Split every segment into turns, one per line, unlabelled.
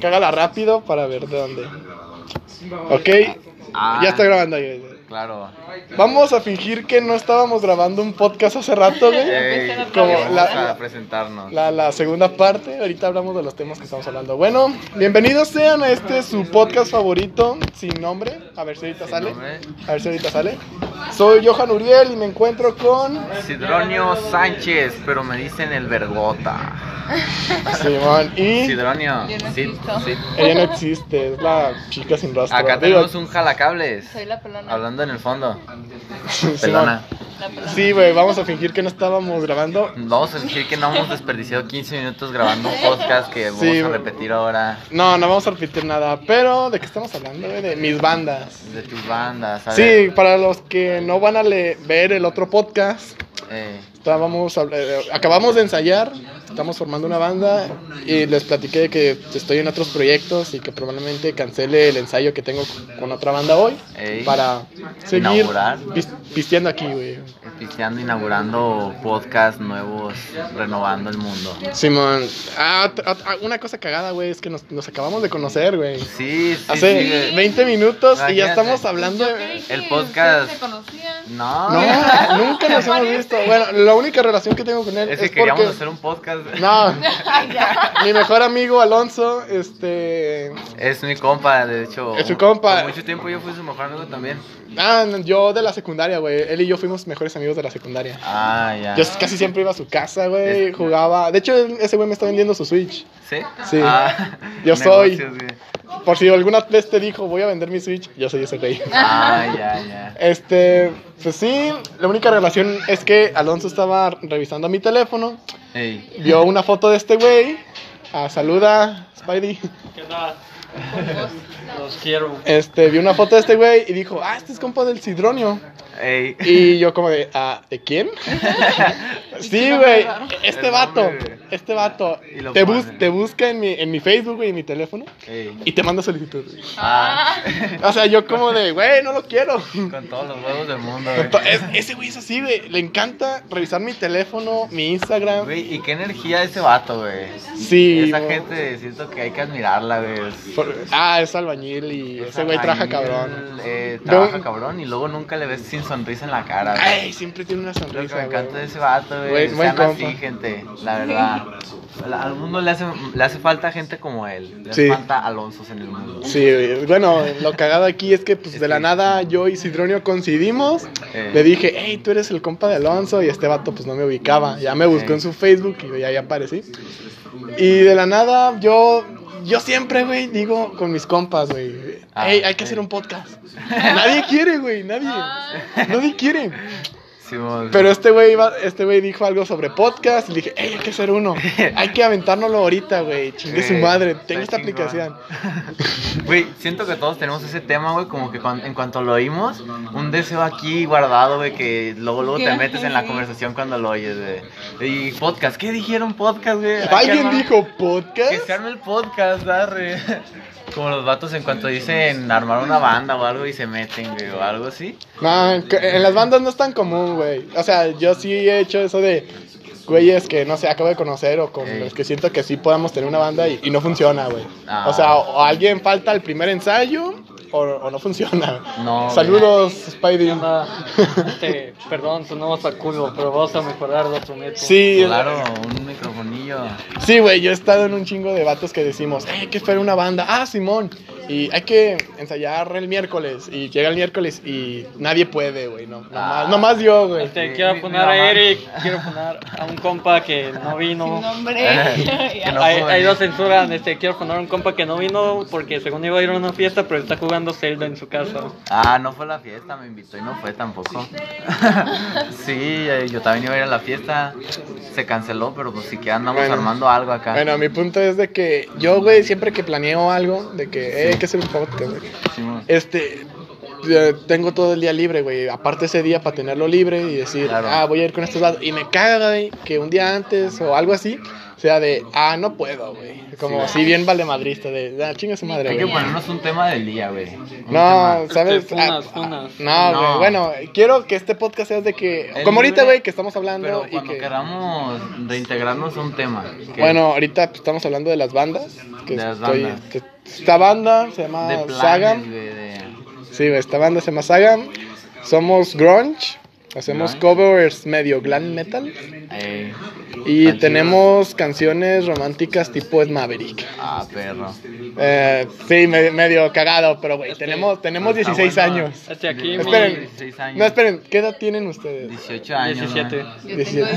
Cágala rápido para ver de dónde. Ok,
Ah.
ya está grabando ahí. güey.
Claro.
Vamos a fingir que no estábamos grabando un podcast hace rato, güey.
Ey,
Empezar otra
Como
vamos
la-
a
la-
presentarnos.
La, la segunda parte, ahorita hablamos de los temas que estamos hablando. Bueno, bienvenidos sean a este su podcast favorito, sin nombre. A ver si ahorita
Sin
sale.
nombre.
A ver si ahorita sale. Soy Johan Uriel y me encuentro con.
Sidronio Sánchez, pero me dicen el vergota.
Simón. Y.
Sidronio.
Yo no
Sid-
existo.
Sid.
Ella no existe, es la chica sin rastro.
Acá
Digo,
tenemos un jalacables.
Soy la pelona.
Hablando en el fondo.
Simón.
Pelona.
La pelona.
Sí, güey, vamos a fingir que no estábamos grabando.
Vamos a decir que no hemos desperdiciado 15 minutos grabando un podcast que vamos
Sí,
a repetir ahora.
No, no vamos a repetir nada, pero ¿de qué estamos hablando? güey? De mis bandas.
De tus bandas. a
Sí,
ver,
para los que no van a le- ver el otro podcast,
eh,
estábamos, habl- eh, acabamos de ensayar, estamos formando una banda y les platiqué que estoy en otros proyectos y que probablemente cancele el ensayo que tengo con otra banda hoy
Ey.
para seguir
Inaugurar.
pis- pisteando aquí, güey.
pisteando, inaugurando podcasts nuevos, renovando el mundo.
Simón, ah, t- ah, ah, una cosa cagada, güey, es que nos, nos acabamos de conocer, güey.
Sí,
Ah,
sí,
Hace
sí.
20 minutos y ya
Imagínate.
estamos hablando
Yo
de-
creí que
el podcast.
ustedes se conocían.
No,
No, nunca nos hemos visto. Bueno, la única relación que tengo con él
es
es,
que queríamos
porque
hacer un podcast.
no,
Ay, ya.
mi mejor amigo Alonso, este,
Es mi compa, de hecho.
Es su compa.
Por mucho tiempo yo fui su mejor amigo también.
ah, no, yo de la secundaria, güey. Él y yo fuimos mejores amigos de la secundaria.
Ah, ya.
Yo casi siempre iba a su casa, güey, jugaba. De hecho, él- ese güey me está vendiendo su Switch.
¿Sí?
Sí.
Ah,
Yo soy.
negocios, güey.
Por si alguna vez te dijo, voy a vender mi Switch, yo soy ese güey.
Ah, ya, ya.
Este, pues sí, la única relación es que Alonso estaba revisando mi teléfono,
Ey.
vio una foto de este güey. Ah, saluda, Spidey.
¿Qué tal? Los quiero.
Este, vi una foto de este güey y dijo, ah, este es compa del Sidronio.
Ey.
Y yo como de, ah, ¿de quién? sí, güey, este
El
vato,
nombre, güey.
este vato,
Y lo
te,
pone.
bus- te busca en mi, en mi Facebook, güey, en mi teléfono,
Ey.
y te manda solicitud. güey.
Ah.
O sea, yo como de, güey, no lo quiero.
Con todos los huevos del mundo,
To-
güey.
es- ese güey es así, güey, le encanta revisar mi teléfono, mi Instagram.
Güey, y qué energía ese vato, güey.
Sí,
Esa
güey.
gente siento que hay que admirarla, güey.
Por- ah, es albañil y ese güey trabaja
trabaja
cabrón.
Eh, trabaja
Don-
cabrón y luego nunca le ves sin sonrisa en la cara, güey.
Ay, siempre tiene una
Lo que
sonrisa,
me
güey.
encanta de ese vato, güey.
Güey, buen
Sean así,
compa.
gente, la verdad. La- Al mundo le hace, le hace falta gente como él. Le hace
Sí.
falta Alonsos en el mundo.
Sí, güey. bueno, lo cagado aquí es que pues de la nada yo y Sidronio coincidimos.
Eh.
Le dije, hey, tú eres el compa de Alonso y este vato pues no me ubicaba. Ya me
Eh.
buscó en su Facebook y ya, ya aparecí. Y de la nada yo, yo siempre, güey, digo con mis compas, güey,
Ah,
hey, hay que
eh.
hacer un podcast. nadie quiere, güey, nadie. Nadie quiere.
Simón.
Pero este güey iba- este güey dijo algo sobre podcast y dije, hey, hay que hacer uno. Hay que aventárnoslo ahorita, güey. Chingue su
Güey,
madre,
está
tengo esta
chingón.
aplicación.
Güey, siento que todos tenemos ese tema, güey, como que cuan- en cuanto lo oímos, un deseo aquí guardado, güey, que luego, luego te
Ya,
metes en la
sí.
conversación cuando lo oyes, güey. Y podcast, ¿qué dijeron podcast, güey? Hay que
¿Alguien
armar-
dijo
Que
podcast?
se arme el podcast, arre. Como los vatos en cuanto dicen armar una banda o algo y se meten, güey, o algo así.
No, en- en las bandas no es tan común, güey. O sea, yo sí he hecho eso de güeyes que no sé, acabo de conocer o con
Ey.
los que siento que sí podamos tener una banda y, y no funciona, güey.
Ah.
O sea, o, o alguien falta al primer ensayo o, o no funciona.
No, güey.
Saludos, Spidey.
Este, perdón, sonamos a culo, pero vamos a mejorar nuestro método.
Sí,
Claro, un microfonillo.
sí, güey, yo he estado en un chingo de vatos que decimos, eh, hay que fuera una banda, ah, Simón, y hay que ensayar el miércoles, y llega el miércoles y nadie puede, güey, no, nomás,
Ah.
nomás yo, güey.
Este,
Mi-
quiero
mi-
poner
mi mamá.
a Eric, quiero poner a un compa que no
Sin
vino.
nombre.
Que no.
Ya.
Ahí,
puedo
ahí
venir.
lo censuran, este, quiero poner a un compa que no vino porque según iba a ir a una fiesta, pero está jugando Zelda en su casa.
Ah, no fue a la fiesta, me invitó y no fue tampoco. sí, eh, yo también iba a ir a la fiesta. Se canceló, pero pues sí que andamos
Bueno.
armando algo acá.
Bueno, mi punto es de que yo, güey, siempre que planeo algo, de que eh, hay que hacer un podcast, güey,
Simón.
este, eh, tengo todo el día libre, güey, aparte ese día para tenerlo libre y decir,
Claro.
ah, voy a ir con estos lados, y me caga, güey, que un día antes o algo así, sea de, ah, no puedo, güey. Como
Sí.
si bien valemadrista, de, ah, chinga su madre,
Hay que
güey.
ponernos un tema del día, güey. Un
No,
tema.
¿sabes?
Este, funas,
Ah, ah,
funas.
No, güey,
No.
bueno, quiero que este podcast sea de que,
El
como ahorita,
libre,
güey, que estamos hablando
Pero
y
cuando
que...
queramos reintegrarnos a un tema. que-
Bueno, ahorita pues, estamos hablando de las bandas. Que
De las
estoy-
bandas.
que esta banda se llama
de planes,
Sagan.
güey, de-
Sí, güey, esta banda se llama Sagan. Somos grunge. Hacemos
Grunge.
covers medio glam metal.
Ey,
Y
tan chido.
tenemos canciones románticas tipo Ed Maverick.
Ah, perro.
Eh, sí, me- medio cagado, pero güey,
Es que
tenemos, tenemos
Está
16
Ah, bueno.
años.
Este aquí, mi-
Esperen.
16 años.
No, esperen, ¿qué edad tienen ustedes?
18 años.
17.
güey.
Yo tengo
17.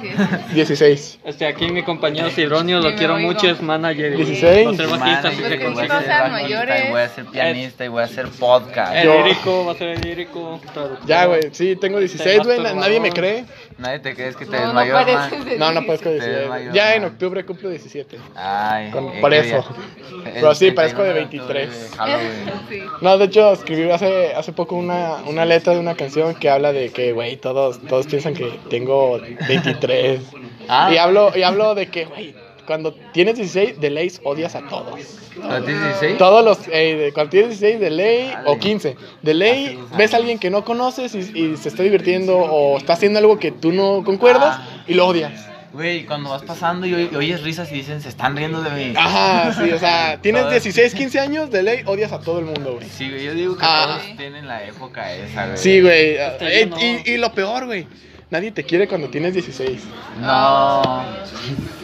16 y-
16.
Este aquí mi compañero Sidronio,
Sí,
lo
me
quiero
oigo.
mucho, es manager. y
16.
Va a ser bajista,
Manager,
así
Porque
que
güey, voy a
no
consigue-
ser
sean
bajista,
mayores.
y Voy a ser pianista y voy a hacer podcast.
Yo-
Lírico, va a ser el lírico. traductor.
Ya, güey, sí, tengo 16, güey, na- nadie me cree.
Nadie te crees que te
No, no
desmayó,
pareces
man.
de-
No, no parezco de
Te
16.
desmayó,
Ya en
man.
octubre cumplo 17.
Ay,
Con-
eh,
por
qué
eso.
bien. Este,
Pero
El
sí, parezco de
31 octubre,
23.
Halloween.
Sí.
No, de hecho, escribí hace, hace poco una, una letra de una canción que habla de que, güey, todos, todos piensan que tengo 23.
Ah.
Y, hablo, y hablo de que, güey, cuando tienes 16, de ley odias a todos.
¿A ti 16?
Todos los, eh, de- cuando tienes 16, de ley, o 15, de ley,
Ah, Hace dos
ves a
años.
alguien que no conoces y, y se está divirtiendo o está haciendo algo que tú no concuerdas
Ah.
y lo odias.
Güey, cuando vas pasando y, oy- y oyes risas y dicen, se están riendo de mí.
Ajá, sí, o sea, tienes
Todo.
16, 15 años, de ley odias a todo el mundo, güey.
Sí, güey, yo digo que
Ah.
todos tienen la época esa, güey.
Sí, güey.
Hasta
eh,
yo no.
y, y lo peor, güey. Nadie te quiere cuando tienes 16.
No.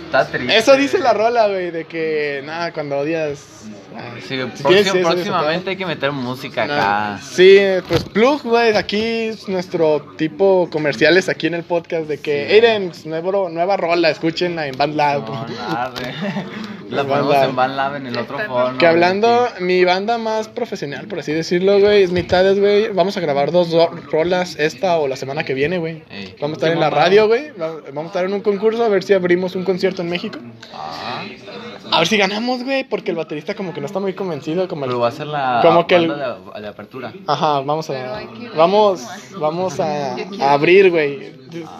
Está triste.
Eso dice
güey.
la rola, güey, de que nada, cuando odias. ah,
Sí, güey,
si tienes
próximo-
16 odias a
próximamente hay que meter música
todos. Nada.
acá.
Sí, pues plug, güey, aquí es nuestro tipo comerciales aquí en el podcast de que, Eren, nuevo- nueva rola, escúchenla en Band Lab.
No, nada, güey.
En
La ponemos
Ah, Van Lab.
en Van Lab en el otro fono.
Que hablando, mi banda más profesional, por así decirlo, güey, es mitades, güey. Vamos a grabar dos ro- rolas esta o la semana que viene, güey.
Ey.
Vamos a estar
Sí,
en la
mamá.
radio, güey. Va- Vamos a estar en un concurso a ver si abrimos un concierto en México.
Ah,
A ver si ganamos, güey, porque el baterista como que no está muy convencido, como el...
pero va a ser la
Como que el-
banda de, de apertura.
Ajá, vamos
Pero
a...
hay que ver
Vamos,
eso,
vamos a, a abrir, güey.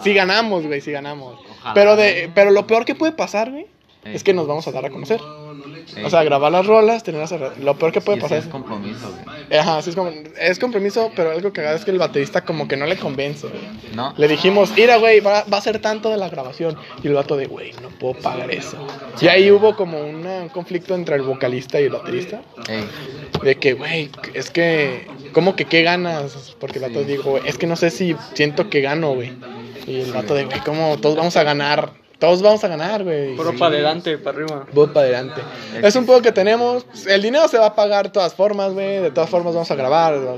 Si ganamos, güey, si ganamos.
Ojalá.
Pero, de, pero lo peor que puede pasar, güey,
Ey.
es que nos vamos a dar a conocer.
Ey.
O sea, grabar las rolas, tenerlas... a- Lo peor que puede
Y sí
pasar
es compromiso, güey.
Ajá, sí es como, es compromiso, pero algo cagado es que el baterista como que no le convence, güey.
¿No?
Le dijimos, mira, güey, va, va a ser tanto de la grabación. Y el vato de, güey, no puedo pagar eso. Y ahí hubo como una- un conflicto entre el vocalista y el baterista.
Ey.
De que, güey, es que, como que qué ganas? Porque el vato
Sí.
dijo, es que no sé si siento que gano, güey. Y el vato de, güey, ¿cómo? Todos vamos a ganar. Todos vamos a ganar, güey.
Puro para adelante, para arriba.
Voy para adelante.
Es
Es un
que-
juego que tenemos. El dinero se va a pagar de todas formas, güey. De todas formas vamos a grabar. ¿no?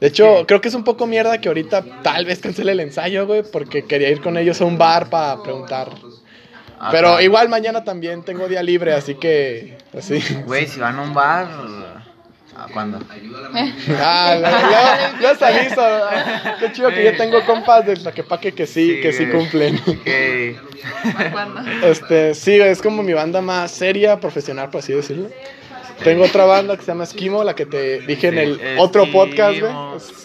De hecho, creo que es un poco mierda que ahorita tal vez cancele el ensayo, güey. Porque quería ir con ellos a un bar para preguntar.
Ah,
Pero
claro.
igual mañana también tengo día libre, así que... Así.
Güey, si van a un bar. ¿A cuándo?
Ah, lo- lo- los aviso. Qué chido que yo tengo compas de la que paque que sí, que sí
güey.
cumplen.
Que-
¿Cuándo?
Este, sí, es como mi banda más seria, profesional, por así decirlo. Tengo otra banda que se llama Esquimo, la que te dije en el
Esquimo,
otro podcast, güey.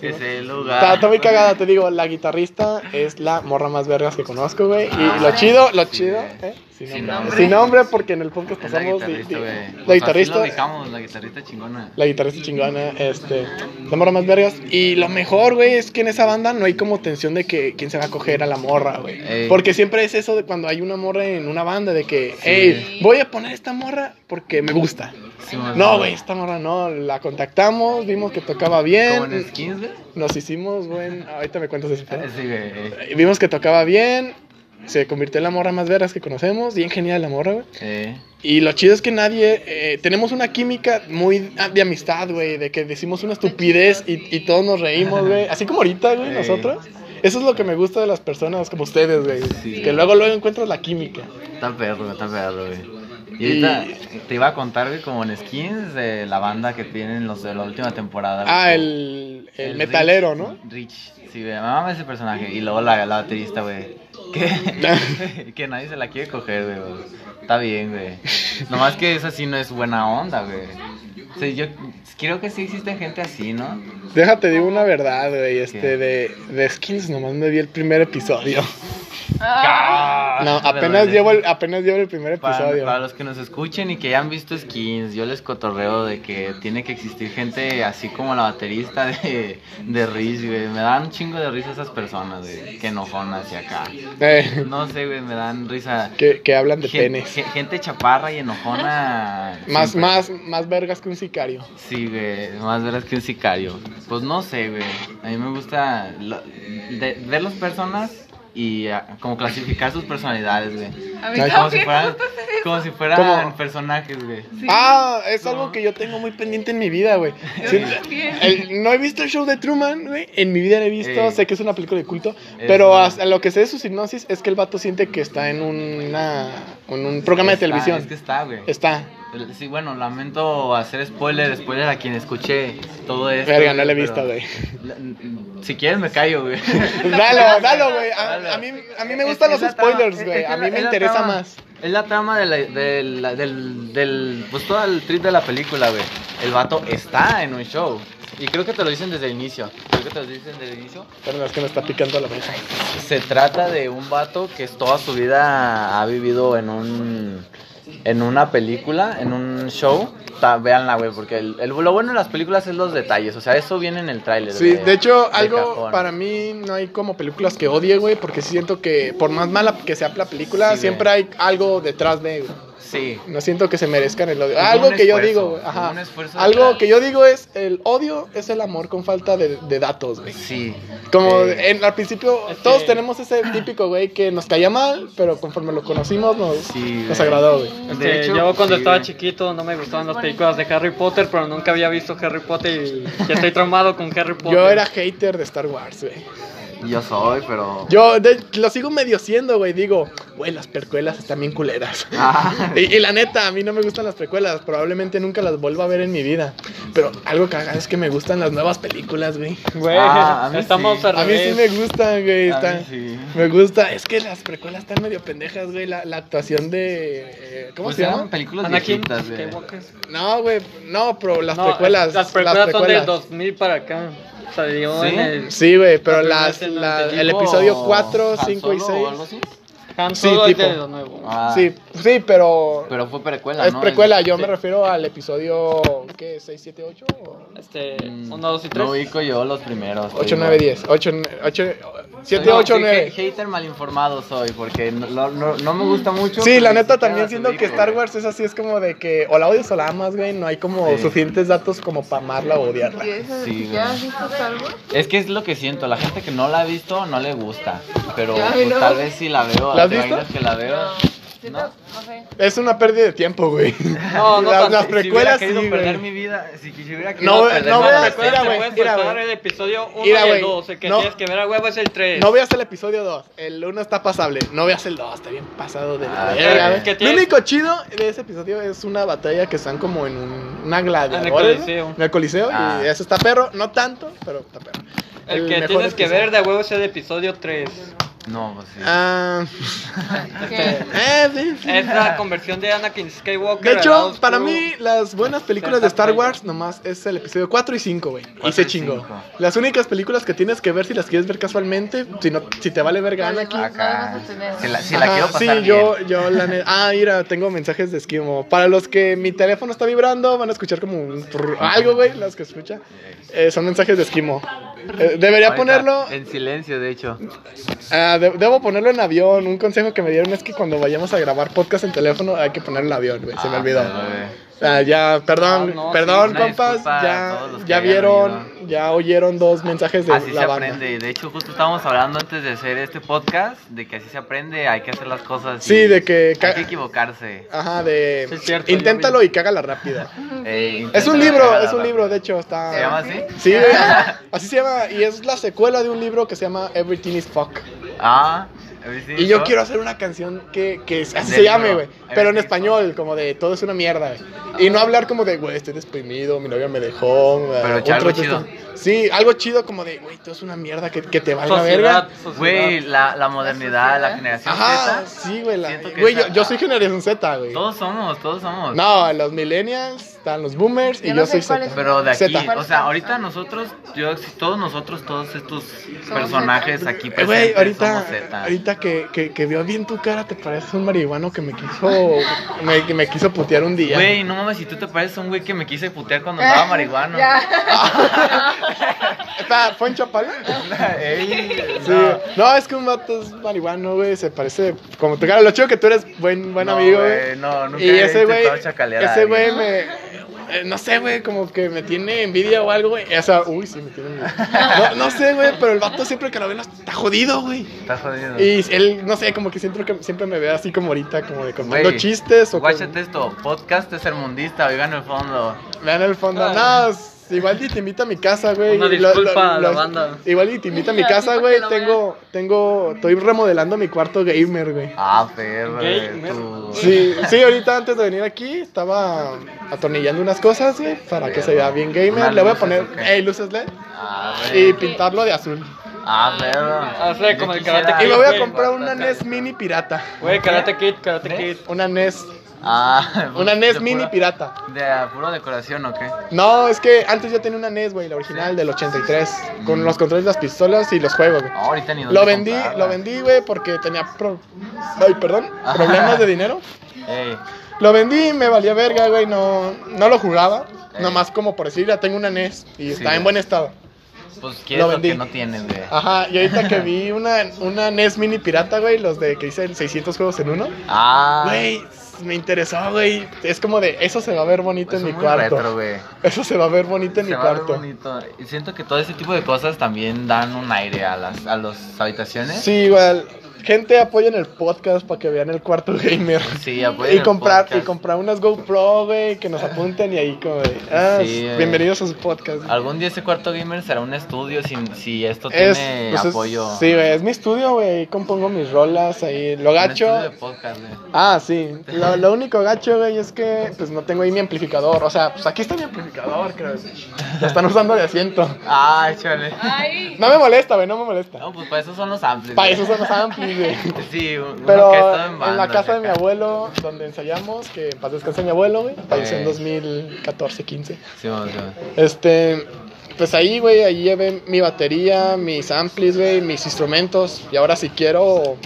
Es el lugar.
Está, está muy cagada, te digo, la guitarrista es la morra más vergas que conozco, güey. Y lo chido, lo chido, ¿eh? Sin nombre.
Ah, Sin
Sin nombre,
nombre.
porque en el podcast
Es la
pasamos... di- di-
guitarrista, güey. Pues
la
así
guitarrista...
lo dejamos, la guitarrista chingona.
La guitarrista chingona, este, la morra más vergas. Y lo mejor, güey, es que en esa banda no hay como tensión de que quién se va a coger a la morra, güey.
Ey.
Porque siempre es eso de cuando hay una morra en una banda, de que, hey, voy a poner esta morra porque me gusta.
Sí, más
No,
o menos.
güey, esta morra no. La contactamos, vimos que tocaba bien.
Como en skins, güey.
Nos hicimos buen. Ahorita me cuentas ese pedo.
Sí, güey. eh,
Vimos que tocaba bien. Se convirtió en la morra más vergas que conocemos. Bien genial la morra, güey.
eh.
Y lo chido es que nadie. eh, tenemos una química muy ah, de amistad, güey. De que decimos una estupidez y, y todos nos reímos, güey. Así como ahorita, güey,
Sí.
nosotros. Eso es lo que me gusta de las personas como ustedes, güey.
Sí.
Que luego, luego encuentras la química.
Está perro, está perro, güey. Y ahorita te iba a contar, güey, como en skins de la banda que tienen los de la última temporada. güey.
Ah, el, el
Rich-
metalero, ¿no?
Rich, sí, güey. Me mama ese personaje. Y luego la, la baterista, güey. Que, que nadie se la quiere coger, güey. güey. Está bien, güey. Nomás que esa sí no es buena onda, güey. O sea, yo creo que sí existe gente así, ¿no?
Déjate, digo una verdad, güey. Este,
¿Qué?
de, de Skins nomás me vi el primer episodio.
Ah,
No,
Me
apenas
duele.
llevo, el, apenas llevo el primer
Para,
episodio.
para los que nos escuchen y que ya han visto skins, yo les cotorreo de que tiene que existir gente así como la baterista de, de Riz, güey. Me dan un chingo de risa esas personas, güey, que enojonas y acá.
Eh,
No sé, güey, me dan risa.
que, que hablan de
Gen-
penes.
gen- gente chaparra y enojona.
Más,
siempre.
más, más vergas que un sicario.
Sí, güey, más veras que un sicario. Pues no sé, güey. A mí me gusta lo- de- ver las personas y ah, como clasificar sus personalidades, güey.
a mí
Ay,
Como
también
si
me
fueran,
gusta hacer eso.
como si fueran
¿Cómo?
personajes, güey.
Sí.
Ah, es
No.
algo que yo tengo muy pendiente en mi vida, güey.
Yo
Sí,
también.
el- no he visto el show de Truman, güey. En mi vida lo he visto.
Eh.
sé que es una película de culto.
Es
pero
una-
hasta lo que sé de sus hipnosis es que el vato siente que está en, una, en un programa de
Está,
televisión.
Es que está, güey.
Está.
Sí, bueno, lamento hacer spoiler, spoiler a quien escuche todo esto.
Verga, no lo he
pero-
visto, güey.
La- n- Si quieres me callo, güey.
Dalo, dalo, güey. A,
Dalo.
a mí, a mí me
Es-
gustan los
es la trama-
spoilers,
es-
güey.
es que
A mí
la-
me
es la
interesa
trama-
más.
Es la trama de la- de la- del, del. Pues todo el trip de la película, güey. El vato está en un show. Y creo que te lo dicen desde el inicio. Creo que te lo dicen desde el inicio.
Perdón, es que me está picando la mesa.
Se trata de un vato que toda su vida ha vivido en un en una película, en un show. Ta- véanla, güey, porque el, el- lo bueno de las películas es los detalles. O sea, eso viene en el tráiler.
Sí, de hecho, algo
cajón.
para mí no hay como películas que odie, güey, porque sí siento que por más mala que sea la película,
Sí, güey.
siempre hay algo detrás de, güey.
Sí.
No siento que se merezcan el odio.
Hubo
Algo
un
que yo
esfuerzo,
digo, güey.
hubo
Ajá.
un esfuerzo
Algo
detrás.
que yo digo es, el odio es el amor con falta de, de datos, güey.
Sí.
Como
Eh,
en, al principio,
es que-
todos tenemos ese típico, güey, que nos caía mal, pero conforme lo conocimos nos,
Sí,
nos
güey.
agradó, güey.
de
Este,
hecho,
yo cuando
sí,
estaba
güey.
chiquito no me gustaban las películas de Harry Potter, pero nunca había visto Harry Potter y ya estoy traumado con Harry Potter.
Yo era hater de Star Wars, güey.
Yo soy, pero.
Yo de- lo sigo medio siendo, güey. Digo, güey, las precuelas están bien culeras.
Ah.
Y, y la neta, a mí no me gustan las precuelas. Probablemente nunca las vuelva a ver en mi vida. Pero algo que haga es que me gustan las nuevas películas, güey.
Güey,
Ah, a mí
estamos
sí.
al
A mí sí
revés.
me gustan, güey.
A mí
están-
sí.
Me gusta. Es que las precuelas están medio pendejas, güey. La, la actuación de. eh, ¿Cómo
Pues
se
eran
llama?
películas
Anakin
viejitas, güey.
Skywalker.
No, güey. No, pero las
No,
precuelas.
Las precuelas, son
precuelas.
del 2000 para acá. Salió
¿Sí?
en el
Sí, güey, pero
Las
las,
primeras
la-
en los
el
Tipo
episodio 4,
Han
5 y
Solo o
6.
algo así.
Han
Sí,
Solo es
tipo.
de lo nuevo.
Ah,
Sí, sí, pero.
Pero fue precuela,
Es
¿no?
precuela, yo
Sí.
me refiero al episodio, ¿qué? ¿6, 7, 8?
Este,
Mm,
1, 2 y 3.
No ubico yo los primeros. te
8,
digo.
9, 10. 8, 7,
Soy-
8,
soy ha-
9.
Hater mal informado soy, porque no, no- no- no me gusta mucho.
Sí,
pero
la
ni
neta
siquiera
también
las
siento
ubico,
que Star
güey.
Wars es así, es como de que o la odias o la amas, güey, no hay como
Sí.
suficientes datos como para amarla o odiarla.
¿Y eso de
Sí,
que
güey.
ya has visto algo?
Es que es lo que siento, la gente que no la ha visto no le gusta, pero
Ya,
pues,
¿no?
tal vez si la veo,
¿La has
¿te
visto?
imaginas que la veo?
No. Sí,
No.
no, no sé.
Es una pérdida de tiempo, güey.
No, no
las,
tanto.
las
Si
Si hubiera
precuelas
querido
sí,
perder
güey.
mi vida, si quisiera
No, eh,
querido perder
no
mi
veas-
vida-
mira, güey,
puedes
mira,
saltar
güey.
el episodio 1 y
Mira, güey,
el 2. El que
no.
tienes que ver a huevo es el 3.
No veas el episodio 2, el 1 está pasable, no veas el 2, está bien pasado de la
Ah,
verga,
pero
güey.
es que
Lo
tiene-
único chido de ese episodio es una batalla que están como en un- una gladiadora. ¿no?
Coliseo.
En el Coliseo,
Ah.
y eso está perro, no tanto, pero está perro.
el,
El
que
mejor
tienes que
episodio.
ver de a huevo es el episodio 3.
No, pues sí.
Ah,
¿Qué?
este,
eh, sí, sí.
Es la conversión de Anakin Skywalker.
De
al lado
hecho,
oscuro.
para mí, las buenas películas de Star Wars nomás es el episodio 4 y 5, güey. Y se
y
chingó.
cinco.
Las únicas películas que tienes que ver si las quieres ver casualmente, si, no, si te vale verga
Vale,
Anakin.
va.
Acá,
vas a tener.
si la, si la
Ajá,
quiero pasar
Sí, yo,
bien.
yo, la neta. Ah, mira, tengo mensajes de esquimo. Para los que mi teléfono está vibrando, van a escuchar como un trrr- algo, güey, los que escucha. Eh, son mensajes de esquimo. Eh, debería
Ahorita,
ponerlo.
En silencio, de hecho.
Ah, de- debo ponerlo en avión. Un consejo que me dieron es que cuando vayamos a grabar podcast en teléfono, hay que ponerlo en avión, güey. Se me
Ah,
olvidó.
pero, güey.
Ah, ya, perdón,
Ah, no,
perdón,
sí, una
compas.
disculpa a
Ya,
todos los que
ya
hayan
vieron, ya oyeron dos mensajes de
Así
la
se
banda.
aprende. De hecho, justo estábamos hablando antes de hacer este podcast de que así se aprende, hay que hacer las cosas. y
Sí, de que ca-
Hay que equivocarse.
Ajá, de.
Sí, es cierto,
inténtalo
yo vi.
y cágala rápida.
Eh,
Es
inténtalo,
un libro,
regálala.
es un libro, de hecho, está.
¿Se llama así?
Sí, güey, así se llama, y es la secuela de un libro que se llama Everything is Fuck.
Ah, sí,
Y yo
¿no?
quiero hacer una canción que, que es- así
Del
se llame,
libro.
güey, pero en
Everything is
español, como de todo es una mierda, güey. Y no hablar como de, güey, estoy deprimido, mi novia me dejó. güey,
Pero
otro
algo
de
chido.
estos- Sí, algo chido como de, güey, todo es una mierda que, que te valga
Sociedad,
verga.
sociedad.
Güey, la, la modernidad, la generación
Ajá,
Z.
sí, güey. la-
Siento que
Güey, yo,
esa-
yo soy generación Z, güey.
Todos somos, todos somos.
No, los millennials, están los boomers y
Yo
yo,
no sé
soy
cuál
Z. Eh,
es-
Pero de aquí,
Zeta.
o sea, ahorita nosotros, yo, todos nosotros, todos estos personajes aquí
Eh, Güey,
presentes
ahorita,
somos Z.
ahorita morra que, que, que vio bien tu cara, te pareces un marihuano que me quiso me, que me quiso putear un día.
Güey, no mames, si tú te pareces a un güey que me quise putear
Eh,
cuando estaba marihuano.
Ah.
Ya.
Está, ¿Fue en Chapala?
Ey,
Sí.
no.
No, es que un vato es marihuano, güey, se parece como tu cara. Lo chido que tú eres buen, buen
No,
amigo,
güey,
güey.
no, nunca
Y
he
ese güey,
intentado chacalear a
ese güey
alguien.
me, eh, no sé, güey, como que me tiene envidia o algo, güey. O sea, uy, sí, me tiene envidia. No, no sé, güey, pero el vato siempre que lo ve no- está jodido, güey.
Estás jodido.
Y él, no sé, como que siempre, que siempre me ve así como ahorita, como de
Güey,
contando chistes o
guáchate
con-
esto, podcast es hermundista, oigan el fondo.
Vean el fondo. No, s- igual y te invita a mi casa, güey.
Una
y lo-
disculpa a la banda.
Igual y te invita a mi
Así
casa,
para
güey.
que lo
Tengo, tengo, estoy remodelando mi cuarto gamer, güey.
Ah, perro,
Gay,
güey,
mer-
tú.
Sí, sí, ahorita antes de venir aquí estaba atornillando unas cosas, güey, para que se vea bien gamer.
Unas
Le voy a
luces,
poner,
ok.
hey, luces LED
Ah,
y
güey.
pintarlo de azul.
Ah, perro.
Hazle
Yo
como el
quisiera- Ah, pues,
Karate
Y
Kid,
me voy a
güey.
comprar una E NES mini pirata.
Güey, Karate Kid, Karate Kid.
Una NES,
Ah,
una
de
NES
pura-
mini pirata.
¿De ah, puro decoración o qué?
No, es que antes yo tenía una NES, güey, la original del 83, con los controles de las pistolas y los juegos, güey.
Mm. No, ahorita ni dónde
Lo vendí,
comprarla.
lo vendí, güey, porque tenía pro- ay, perdón, problemas de dinero.
Ey,
Lo vendí, me valía verga, güey, no, no lo jugaba.
Eh.
Nomás como por decir, ya tengo una NES y está
Sí.
en buen estado.
pues quieres lo,
vendí.
que no tienes, güey.
Ajá, y ahorita que vi una, una NES mini pirata, güey, los de que hice el 600 juegos en uno.
Ah,
Güey, me interesó, güey. Es como de, eso se va a ver bonito
pues
en mi
son muy
cuarto.
retro, güey.
eso se va a ver bonito en
Se
mi
va a ver
cuarto.
bonito. Y siento que todo ese tipo de cosas también dan un aire a las a las habitaciones.
Sí, igual. Gente, apoyen el podcast para que vean el cuarto gamer.
Sí, apoyen
y
el
comprar,
podcast.
y comprar unas GoPro, güey, que nos apunten y ahí como de, ah,
Sí, güey.
bienvenidos a su podcast.
Algún día ese cuarto gamer será un estudio si, si esto
Es-
tiene
pues es-
apoyo.
sí, güey, es mi estudio, güey, ahí compongo mis rolas, ahí lo
Un
gacho.
estudio de podcast, güey.
Ah, sí. Lo, lo único gacho, güey, es que pues no tengo ahí mi amplificador. O sea, pues aquí está mi amplificador, creo. Lo están usando de asiento.
Ah, chale.
Ay.
No me molesta, güey, no me molesta.
No, pues para eso son los amplis.
Para
güey.
eso son los amplis, güey.
Sí, uno
Pero
que estaba en,
en, la
banda,
casa de mi
acá.
abuelo, donde ensayamos, que en paz descanse mi abuelo, güey, falleció en
Eh.
2014, 15.
Sí, vamos, sí, vamos.
Este, pues ahí, güey, ahí llevé mi batería, mis amplis, güey, mis instrumentos. Y ahora si quiero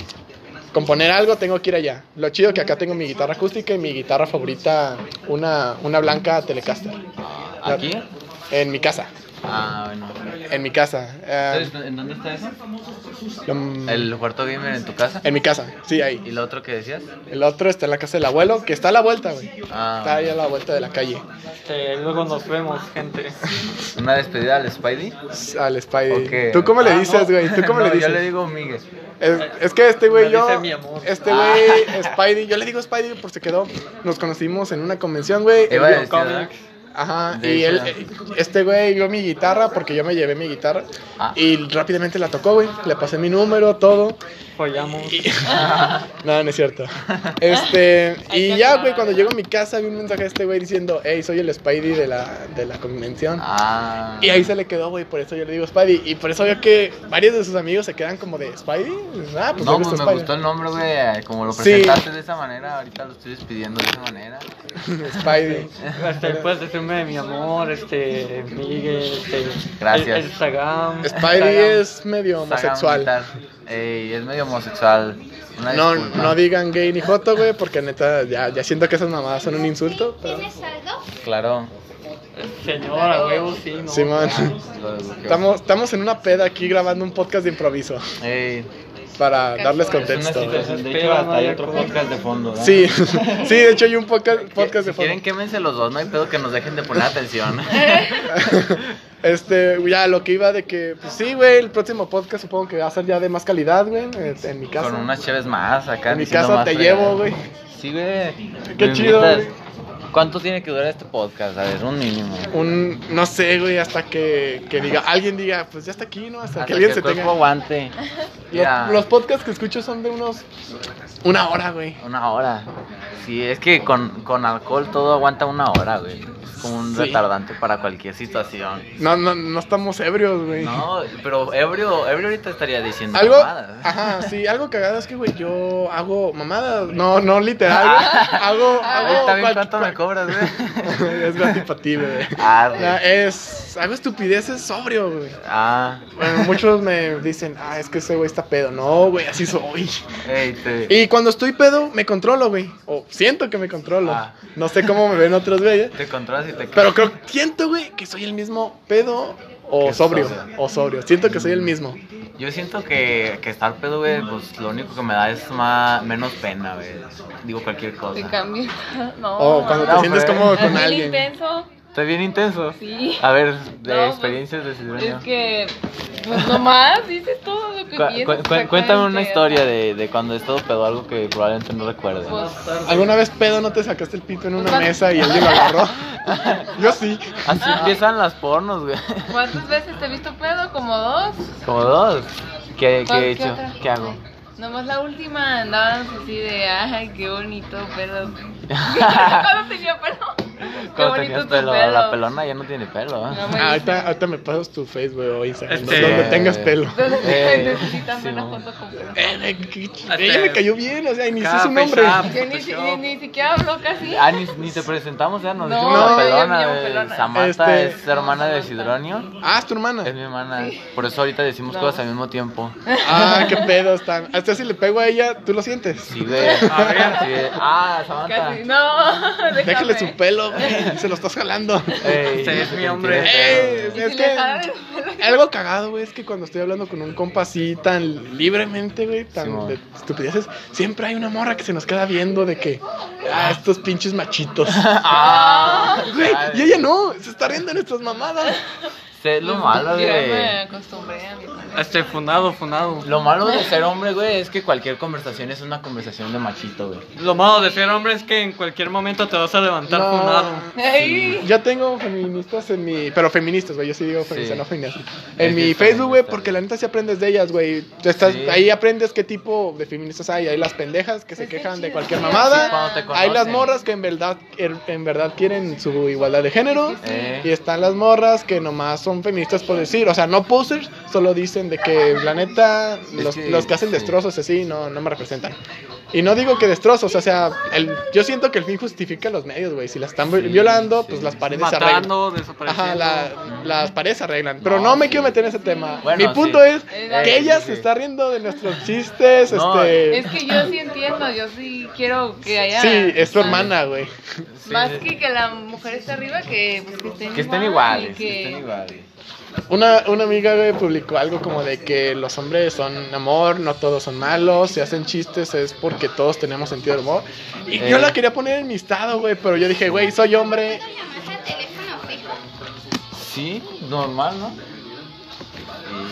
componer algo, tengo que ir allá. Lo chido que acá tengo mi guitarra acústica y mi guitarra favorita, una, una blanca Telecaster.
Ah, ¿Aquí?
En mi casa,
Ah, bueno.
en mi casa. eh,
Entonces, ¿En dónde está eso?
mm,
¿El cuarto gamer en tu casa?
En mi casa, sí, ahí.
¿Y lo otro que decías?
El otro está en la casa del abuelo, que está a la vuelta, güey.
Ah,
Está ahí a la vuelta de la calle.
Este, luego nos vemos, gente.
¿Una despedida al Spidey?
Al Spidey.
¿O qué?
¿Tú cómo le
Ah,
dices,
no.
güey? ¿Tú cómo
No,
le dices?
Yo le digo Miguel.
Es, es que este güey
Me
yo.
dice mi amor. Ah.
Este güey, Spidey. Yo le digo Spidey por si quedó. Nos conocimos en una convención, güey.
Iba a
Él vio-
decir, ¿verdad?
Ajá,
de
y él,
hecho,
eh, este güey vio mi guitarra porque yo me llevé mi guitarra
Ah.
y rápidamente la tocó, güey. Le pasé mi número, todo.
Follamos.
No, no es cierto. Este,
Hay
y
que
ya,
aclarar.
güey, cuando llego a mi casa vi un mensaje de este güey diciendo, hey, soy el Spidey de la, de la convención.
Ah.
Y ahí se le quedó, güey, por eso yo le digo Spidey. Y por eso veo que varios de sus amigos se quedan como de Spidey. Ah, pues le
No, pues
gusta
me
Spidey.
gustó el nombre, güey. eh, Como lo
Sí.
presentaste de esa manera, ahorita lo estoy despidiendo de esa manera.
Spidey.
Este, puedes decirme mi amor, este, Miguel, este.
Gracias.
El, el Sagam.
Spidey
Sagam.
es medio
Saga militar.
homosexual.
Ey, es medio homosexual. Una
No,
disculpa.
no digan gay ni joto, güey, porque neta, ya, ya siento que esas mamadas son un insulto. pero-
¿Tienes algo?
Claro.
Señora, huevo, sí, no.
Simón.
Lo desbloqueo.
Estamos, estamos en una peda aquí grabando un podcast de improviso
Ey,
para darles
es una
contexto. güey.
situación. De hecho, hasta hay otro podcast de fondo. ¿verdad?
Sí, sí, de hecho hay un podcast,
Que-
podcast de
si quieren
fondo.
quémense los dos, no hay pedo que nos dejen de poner atención.
Este, ya lo que iba de que, pues sí, güey, el próximo podcast supongo que va a ser ya de más calidad, güey, en, en mi casa.
Con unas chaves más acá.
En mi
diciendo
casa
más
te
fregaderas.
llevo, güey.
Sí, güey.
Qué
Me
chido,
invitas. ¿Cuánto tiene que durar este podcast? A ver, un mínimo.
Un, no sé, güey, hasta que, que diga, alguien diga, pues ya está aquí, ¿no? Hasta,
Hasta
que alguien se
el cuerpo
tenga.
aguante.
Los,
Ya,
los podcasts que escucho son de unos. Una hora, güey.
Una hora. Sí, es que con, con alcohol todo aguanta una hora, güey. Es como un
Sí.
retardante para cualquier situación.
No, no, no estamos ebrios, güey.
No, pero ebrio, ebrio ahorita estaría diciendo
Algo.
mamadas.
Ajá, sí, algo cagado es que, güey, yo hago mamadas. No, no literal, güey. Hago. hago
Ahorita Ah. bien
cual-
cuánto me cobras, güey.
es gratis para ti, güey.
Ah,
No,
güey.
es. pues hago estupideces sobrio, güey.
Ah,
Bueno, muchos me dicen, ah, es que ese güey está pedo. No, güey, así soy.
ey, te,
Y cuando estoy pedo, me controlo, güey. O siento que me controlo.
Ah.
No sé cómo me ven otros güeyes.
te controlas y te
Pero creo, siento, güey, que soy el mismo pedo o
Que
sobrio.
sobrio.
O sobrio. Siento que soy el mismo.
Yo siento que, que estar pedo, güey, pues lo único que me da es más, menos pena, güey. Digo cualquier
Te
cosa.
cambia. Oh, No.
O Oh, cuando te
no,
sientes
pero-
cómodo
es
con
bien
alguien.
intenso.
¿Estás bien intenso?
Sí.
A ver, de
No, pues,
experiencias de Cidreño.
Es que, pues nomás dices todo lo que
Cu-
piensas.
cu- cu- cuéntame una historia de, de cuando estuvo pedo, algo que probablemente no recuerdes.
Pues,
¿Alguna vez pedo no te sacaste el pito en una
¿Cuántas-
mesa y alguien lo agarró? Yo sí.
Así empiezan las pornos, güey.
¿Cuántas veces te he visto pedo? ¿Como dos?
Como dos. ¿Qué, qué
¿Cuál-
he hecho?
otra?
¿Qué hago?
Nomás la última andábamos así de, ay, qué bonito pedo. ¿Cuándo tenía pelo? Qué
Cuando tenías
bonito tu
pelo,
pelo.
la pelona ya no tiene pelo. ¿eh?
No, me
Ah,
dice.
ahorita, ahorita me pasas tu Facebook o Instagram.
Este-
Donde tengas pelo.
Entonces,
Eh,
necesitan
sí,
una
no.
foto con pelo.
Eh, me-
Este,
Ella me cayó bien, o sea, inició su
Cape,
nombre.
chape.
Yo ni, si- ni, ni siquiera hablo casi.
Pues Ah, ni, ni te presentamos, ya nos
No,
dijimos la
yo ya me
pelona.
llamo
güey.
pelona.
Samantha
Este-
es hermana de Sidronio.
Ah, es tu hermana.
Es mi hermana. Por eso ahorita decimos
No.
cosas al mismo tiempo.
Ah, qué pedo están. Hasta si le pego a ella, ¿tú lo sientes?
Sí, güey. A ver. Ah, Samantha.
Casi, no, déjame.
Déjale su pelo, güey. Se lo estás jalando.
Ey,
Usted es
que
mi
tiene
hombre.
pelo,
Ey,
güey.
Y
Eh, es
si
que
le jalan el pelo.
algo cagado, güey, es que cuando estoy hablando con un compa así tan libremente, güey, tan
Simón.
de estupideces, siempre hay una morra que se nos queda viendo de que, ah, estos pinches machitos.
Ah,
Güey,
chale.
y ella no, se está riendo de nuestras mamadas.
Sé lo malo
Yo me
de.
acostumbré a mi
Este, funado, funado.
Lo malo de ser hombre, güey, es que cualquier conversación es una conversación de machito, güey.
Lo malo de ser hombre es que en cualquier momento te vas a levantar
No.
funado.
Ay,
Yo tengo feministas en mi. Pero feministas, güey. Yo sí digo feministas,
Sí.
no feministas.
Es
En
que
mi
es
Facebook, güey,
feminista,
porque
güey.
la neta sí aprendes de ellas, güey. Tú estás-
Sí.
Ahí aprendes qué tipo de feministas hay. Hay las pendejas que se
Pues qué
quejan de
chido.
cualquier
Sí,
mamada.
sí, cuando te
hay las
conocen.
morras que en verdad, en, en verdad quieren su igualdad de género.
Eh.
Y están las morras que nomás son feministas por decir. O sea, no posers, solo dicen de que la neta, los,
que-
los que hacen
sí.
destrozos así no, no me representan. Y no digo que destrozos, o sea, el- yo siento que el fin justifica los medios, güey. Si la están
Sí,
violando,
sí.
pues las paredes se arreglan.
Matando,
Ajá,
desapareciendo.
la- las paredes se arreglan. Pero no,
No,
me
sí.
quiero meter en ese tema.
Bueno,
Mi punto
sí.
es
Eh,
que ella
sí,
se
sí.
está riendo de nuestros chistes.
No,
este,
Es que yo sí entiendo, yo sí quiero que haya.
sí, es tu
más-
hermana, güey.
Sí,
Más
sí.
que que la mujer esté arriba, que, pues, que estén,
Que estén
igual y
iguales, que estén iguales.
Una, una amiga, güey, publicó algo como de que los hombres son amor, no todos son malos, si hacen chistes es porque todos tenemos sentido del humor. Y
Eh.
yo la quería poner en mi estado, güey, pero yo dije, güey, soy hombre.
Sí, normal, ¿no?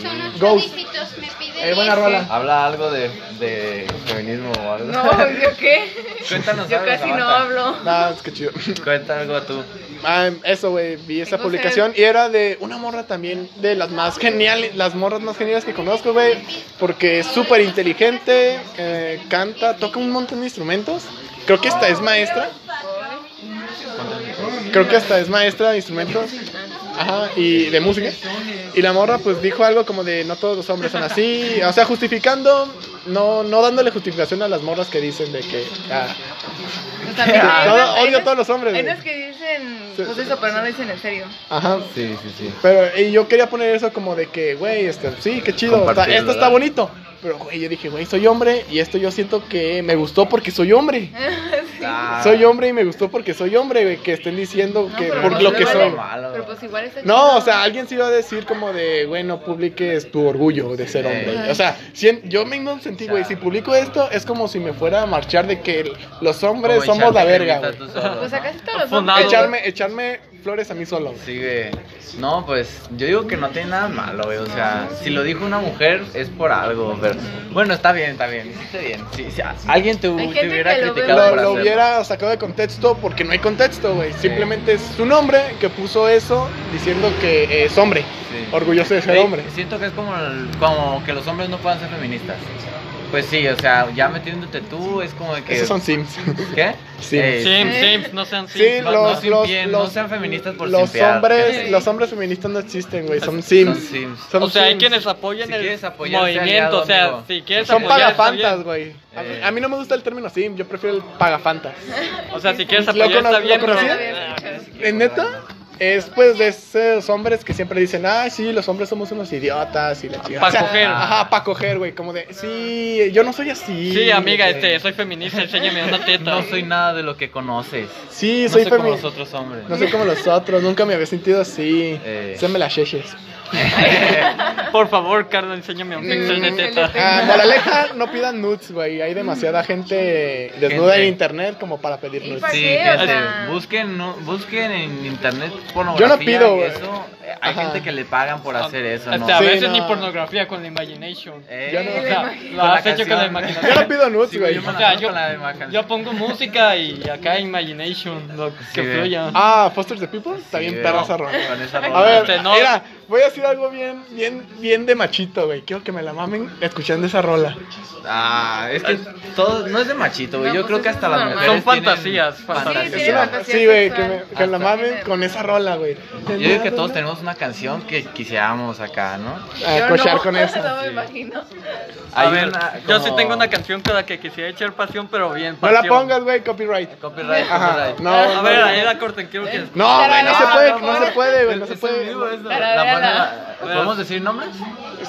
Son
Sí.
ocho
Go.
dígitos, me pide
Eh, buena rola.
Habla algo de, de feminismo o algo.
No, yo qué.
Cuéntanos
Yo
algo,
casi no
Samantha.
hablo.
Nah, Ah, es que chido.
Cuenta algo tú.
Ah, eso, güey, vi esa
Tengo
publicación y era de una morra también, de las más geniales, las morras más geniales que conozco, güey, porque es súper inteligente, eh, canta, toca un montón de instrumentos, creo que esta es maestra, creo que hasta es maestra de instrumentos, ajá, y de música, y la morra pues dijo algo como de no todos los hombres son así, o sea, justificando, no, no dándole justificación a las morras que dicen de que... ah,
Pues también hay
Todo-
unas- hay
odio a
unas-
todos los hombres,
Hay
güey.
unas que dicen,
Sí.
pues eso, pero no lo dicen en serio.
ajá,
Sí, sí, sí.
Pero y yo quería poner eso como de que, güey, este, sí, qué chido, está-
Compartirlo,
esto está
¿verdad?
bonito. Pero, güey, yo dije, güey, soy hombre y esto yo siento que me gustó porque soy hombre.
Sí.
Ah.
Soy hombre y me gustó porque soy hombre, güey, que estén diciendo
No,
que
pero
por
pues
lo que
igual-
soy.
Malo.
Pero pues igual está
No,
chido.
o sea, alguien sí iba a decir como de, güey, no publiques tu orgullo de ser hombre.
Ajá.
O sea, si- yo mismo sentí, güey, si publico esto es como si me fuera a marchar de que el- los hombres
Como
somos la
echarle
verga,
cremita
güey.
tú solo,
Pues
¿no?
acá sí todos los
Fundado.
hombres.
Echarme, echarme flores a mí solo, güey.
Sí, güey. No, pues yo digo que no tiene nada malo, güey. O sea, si lo dijo una mujer es por algo, pero bueno, está bien, está bien. Está bien. Sí, ah, sí, alguien te,
Hay
te
gente
hubiera
que lo ve
criticado
lo,
por
lo
hacerlo.
hubiera sacado de contexto porque no hay contexto, güey. Simplemente es un hombre que puso eso diciendo que es hombre.
Sí.
Orgulloso de ser
Sí,
hombre.
Siento que es como, el- como que los hombres no puedan ser feministas. Pues sí, o sea, ya metiéndote tú es como de que
Esos son sims.
¿Qué?
Sí.
Eh,
Sims,
Sí.
Sims, no sean
Sí,
Sims.
no- no
los, los,
simpien, no
los,
sean feministas por
los
simpear.
hombres,
Sí.
los hombres feministas no existen, güey. Son sims.
Son sims.
Son
o sea, hay
sims.
quienes apoyan
Si
el
quieres apoyar, sea
movimiento,
aliado,
o sea,
amigo.
si quieres
son
apoyar está
pagafantas,
bien.
güey. A, mí-
Eh.
a mí no me gusta el término sim, yo prefiero el pagafantas.
O sea, si quieres
¿Lo
apoyar
cono-
está
lo
bien, pero
conocías?
Todavía
¿En neta? es pues de esos hombres que siempre dicen, ah, sí, los hombres somos unos idiotas y la chica.
Pa' coger.
Ajá, para coger, güey. Como de, sí, yo no soy así.
Sí, amiga,
güey".
este, soy feminista, enséñame una teta.
No soy nada de lo que conoces.
Sí,
No
soy
soy como
femi-
los otros hombres.
No soy como los otros, nunca me había sentido así.
Eh.
Se me las cheches.
Por favor, Carla, enséñame un pixel de
Mm,
teta.
Ah, moraleja, no pidan nudes, güey. Hay demasiada gente desnuda
Gente.
en internet como para pedir
Y
nudes.
para-
Sí,
qué? O
gente,
sea-
busquen, no- busquen en internet pornografía.
Yo no pido,
y
güey.
eso, eh, hay
Ajá.
gente que le pagan por hacer eso, ¿no?
Hasta Ah, este, a
Sí,
veces
no.
ni pornografía con la imagination.
Eh,
Yo no-
O sea,
Con
lo
la
has hecho con la
canción.
imaginación.
Yo no pido nudes,
Sí,
güey.
güey, yo me
O sea,
la-
yo,
con la de Macan.
yo pongo música y acá imagination, lo que
Sí, ve.
fluya.
Ah, Foster the People, está
Sí,
bien
güey,
perra
no,
esa rola.
con esa
A
rola.
ver,
Este, no.
mira, voy a decir algo bien, bien, bien de machito, güey. Quiero que me la mamen escuchando esa rola.
Ah, es que todo no es de machito, güey.
No,
Yo
pues
creo que
es
hasta las
normal.
mujeres
Son
tienen
fantasías, fantasías.
Es
Sí,
una-
fantasía
sí, güey, que,
sexual.
me- que la mamen con esa rola, güey.
Yo digo que todos tenemos una canción que quisiéramos acá, ¿no?
A
Yo
cochar
no,
con
No
esa.
me imagino.
A
Hay
ver,
una
yo
como-
sí tengo una canción con la que quisiera echar pasión, pero bien
No la
pasión.
pongas, güey, copyright.
Copyright,
Ajá,
copyright.
no.
a ver,
no.
ahí la corten, quiero que...
No, güey, no se
Ah,
puede,
no,
no se
güey.
puede, güey, no se
Es- es en vivo
puede.
eso.
Para
La
verla.
banda- ¿Podemos decir nombres?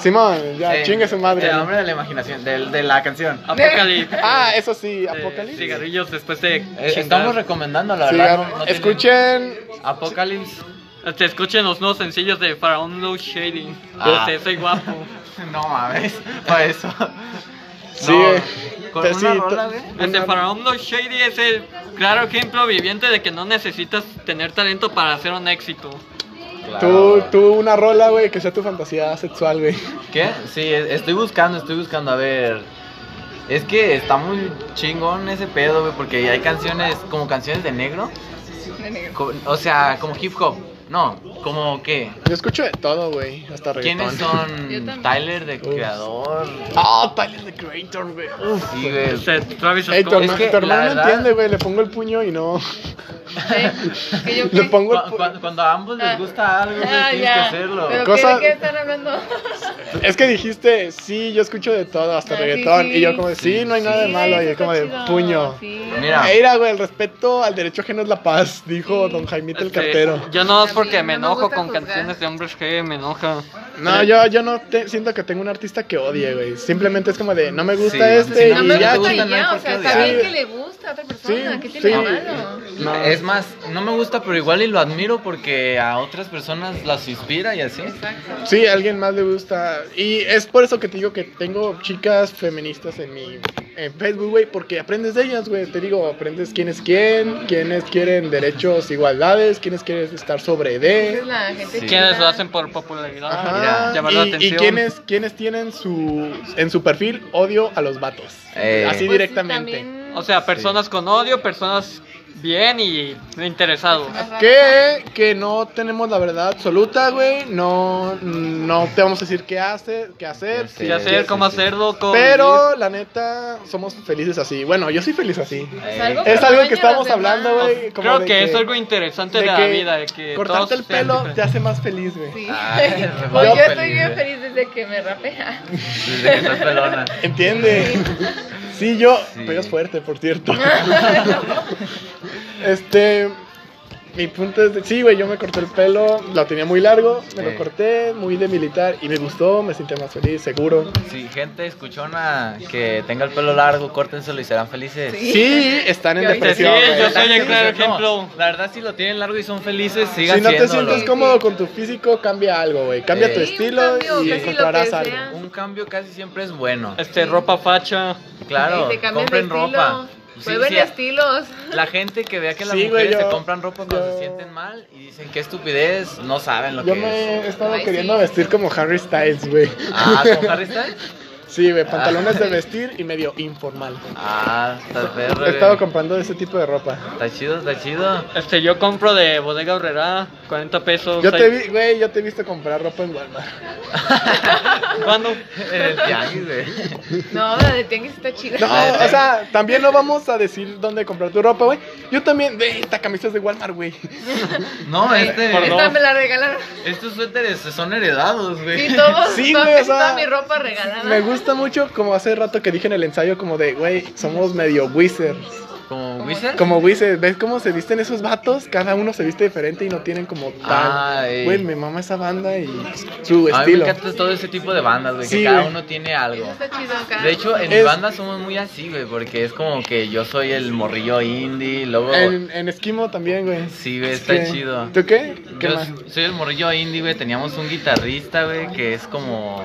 Simón, ya,
Sí.
chingue su madre.
El
¿no?
nombre de la imaginación, del- de, la canción.
Apocalipsis.
Ah, eso sí,
Eh,
Apocalipsis.
Cigarrillos después de
Eh,
chingar.
Estamos recomendando, la
Cigar-
verdad. no- no tiene-
Escuchen.
Apocalypse.
Este, escuchen los nuevos sencillos de Faraón Low Shading.
Ah.
Este, soy guapo.
No mames, para eso.
Sí,
No,
eh.
Con
Te-
una
sí,
rola,
te-
güey.
Este Faraón Low Shady es el claro ejemplo viviente de que no necesitas tener talento para hacer un éxito.
Tú, tú una rola, güey, que sea tu fantasía sexual, güey.
¿Qué? Sí, es- estoy buscando, estoy buscando, a ver. Es que está muy chingón ese pedo, güey, porque hay canciones, como canciones de negro,
De negro.
co- o sea, como hip hop, no, como qué.
Yo escucho de todo, güey, hasta reggaetón.
¿Quiénes
Yo también.
son Tyler, de
Uf.
creador?
Ah, Tyler the Creator, güey. Uf.
Sí, güey.
Este, Travis
Ey, tu,
Scott.
Es
herma-
que
tu hermano
la
no
verdad-
entiende, güey. Le pongo el puño y no.
Sí, que yo
Le
qué.
pongo el
Cu- cu-
puño.
Cuando, a ambos les gusta algo, güey,
Ah,
tienes que
ya.
hacerlo.
Pero
Cosa-
¿qué, ¿de qué están hablando?
Es que dijiste, sí, yo escucho de todo, hasta
Ah, sí,
reggaetón.
sí.
Y yo, como, de, sí, no hay nada de
Sí,
malo.
eso
Y es
está
como de
chido,
puño.
sí.
Mira.
Mira, güey, el respeto al derecho ajeno es la paz, dijo
Sí.
don Jaimito el
Este,
cartero.
Yo no es
A mí
porque
no
me
me
enojo
gusta
con
juzgar.
canciones de hombres que me enoja.
No, yo, yo no te- siento que tengo un artista que odie, güey. Simplemente es como de, no me gusta
Sí,
este
sí,
y
No me
ya.
te
gusta
güey.
y
gusta, no hay
ya,
por
o
qué
sea, está
odiar.
bien que le gusta a otra persona, ¿qué tiene de malo?
No.
Es más, no me gusta, pero igual y lo admiro porque a otras personas las inspira y así.
Exacto.
Sí, a alguien más le gusta. Y es por eso que te digo que tengo chicas feministas en mi en Facebook, güey, porque aprendes de ellas, güey. Te digo, aprendes quién es quién, quiénes quieren derechos, igualdades, quiénes quieren estar sobre
Entonces
de.
la gente
Sí.
Quienes
chica- Pues
lo hacen por popularidad,
Ajá.
Ah, llamar
y,
la
y
atención.
quiénes, quiénes tienen su en su perfil odio a los vatos.
Eh.
Así
Pues
directamente.
también-
O sea, personas con odio, personas bien y interesados.
Ajá.
Que, que no tenemos la verdad absoluta, güey. No, no te vamos a decir qué hace, qué hacer.
Sí,
¿Qué hacer? ¿Cómo hacerlo? ¿Cómo
Pero la neta, somos felices así. Bueno, yo soy feliz así.
Eh,
Es algo
Es algo que
daña a los
estábamos hablando,
demás.
güey. como
Creo
de
que, es algo interesante de,
de
la
que
vida. De que
Cortarte
todos
el
sean
pelo
diferentes.
te hace más feliz, güey.
Sí.
Ay,
Pues
vamos
yo estoy
feliz,
bien
eh.
feliz desde que me rapé.
Desde que estás pelona.
¿Entiende? Sí, yo.
Sí.
Pero es fuerte, por cierto. este. Mi punto es. de- sí, güey, yo me corté el pelo. Lo tenía muy largo. Me lo
Sí.
corté, muy de militar. Y me gustó, me sentía más feliz, seguro.
Sí, gente escuchona que tenga el pelo largo, córtenselo y serán felices.
Sí.
Sí, están en
Que ahorita
depresión.
sí,
güey.
yo soy el claro
No,
ejemplo.
La verdad, si lo tienen largo y son felices, sigan
Si no te
siéndolo.
sientes cómodo con tu físico, cambia algo, güey. Cambia
Sí.
tu
Sí,
un
estilo
cambio,
y
casi lo que
encontrarás algo.
sea.
Un cambio casi siempre es bueno.
Este, ropa facha.
Claro,
Y te cambian de
compren
estilo.
ropa. Sí,
Vuelven
sí,
estilos.
La gente que vea que las
Sí, güey,
mujeres
yo-
se compran ropa cuando
yo-
se sienten mal y dicen qué estupidez, no saben lo
Yo
que
me
es.
he estado
Ay,
queriendo
sí.
vestir como Harry Styles, güey.
Ah, ¿con Harry Styles?
Sí, güey, pantalones de vestir y medio informal.
Ah, está perro.
He
güey.
estado comprando ese tipo de ropa.
Está chido, está chido.
Este, yo compro de Bodega Horrera, 40 pesos.
Yo te
ahí-
vi, güey, yo te he visto comprar ropa en Walmart.
¿Cuándo?
En el tianguis, güey.
No, la de tianguis está chida.
No,
Ah,
o sea, también no vamos a decir dónde comprar tu ropa, güey. Yo también, de esta camisa es de Walmart, güey.
No, este.
Por
Esta
dos.
me la regalaron.
Estos suéteres son heredados, güey.
Sí, todos,
Sí,
toda,
güey, o
casi toda
sea,
mi ropa regalada.
Me gusta mucho, como hace rato que dije en el ensayo, como de, güey, somos medio wizards.
Como ¿Como Wizard?
Como Wizard, ¿ves cómo se visten esos vatos? Cada uno se viste diferente y no tienen como
Ah,
tal.
ey.
Güey, me mama esa banda y pues, su
A mí me
estilo.
encanta todo ese tipo de bandas, güey,
Sí,
que cada
güey.
uno tiene algo.
Está chido acá.
De hecho, en mi
Es-
banda somos muy así, güey, porque es como que yo soy el morrillo indie, luego...
En, en Esquimo también, güey.
Sí, güey, está
¿Qué?
chido.
¿Tú qué? ¿Qué
Yo
más?
soy el morrillo indie, güey, teníamos un guitarrista, güey, que es como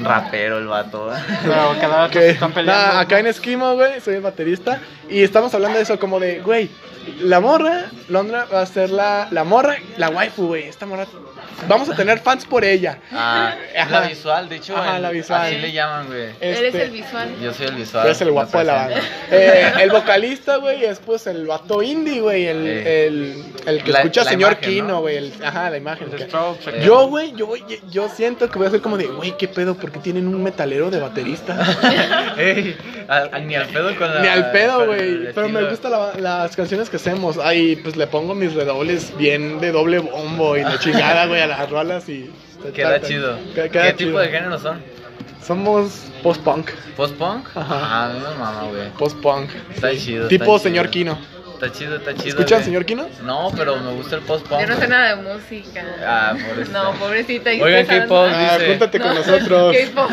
rapero el vato.
Pero cada rato se
¿Qué?
están peleando.
Nah, acá en Esquimo, güey, soy el baterista. Y estamos hablando de eso, como de, güey, la morra, Londra va a ser la, la morra, la waifu, güey. Esta morra. Vamos a tener fans por ella.
Ah,
Ajá.
la visual, de hecho,
Ajá,
el-
la visual.
así le llaman, güey.
Eres
Este,
el visual.
Yo soy el visual.
Pero es el
me
guapo de la banda.
presento.
Eh, el vocalista, güey, es pues el vato indie, güey. El,
Eh.
el, el que
La-
escucha
la
señor
imagen,
Kino,
¿no?
güey. el- Ajá, la imagen.
The
que-
Strokes,
Eh.
Yo, güey, yo, voy- yo siento que voy a ser como de, güey, qué pedo, porque tienen un metalero de baterista.
Ey, a- a- ni al pedo con la.
Ni al pedo,
con el
güey. Pero me
estilo.
gustan las canciones que hacemos. Ahí, pues le pongo mis redobles bien de doble bombo y la chingada, güey, a las rolas y.
Queda chido.
Queda-
¿Qué,
queda
tipo
chido.
de género son?
Somos post-punk.
¿Post-punk?
Ajá.
Ah, mi mamá, güey.
Post-punk.
Está chido.
Tipo
está
señor
chido.
Kino.
Está chido, está chido.
¿Escuchan
güey.
señor Kino?
No, pero me gusta el post-punk.
Yo no sé
güey.
nada de música.
Ah, pobrecita.
No, pobrecita. ¿y
Oigan,
ustedes
qué
saben?
Nos
Ah,
dice-
júntate con
No,
nosotros.
K-pop.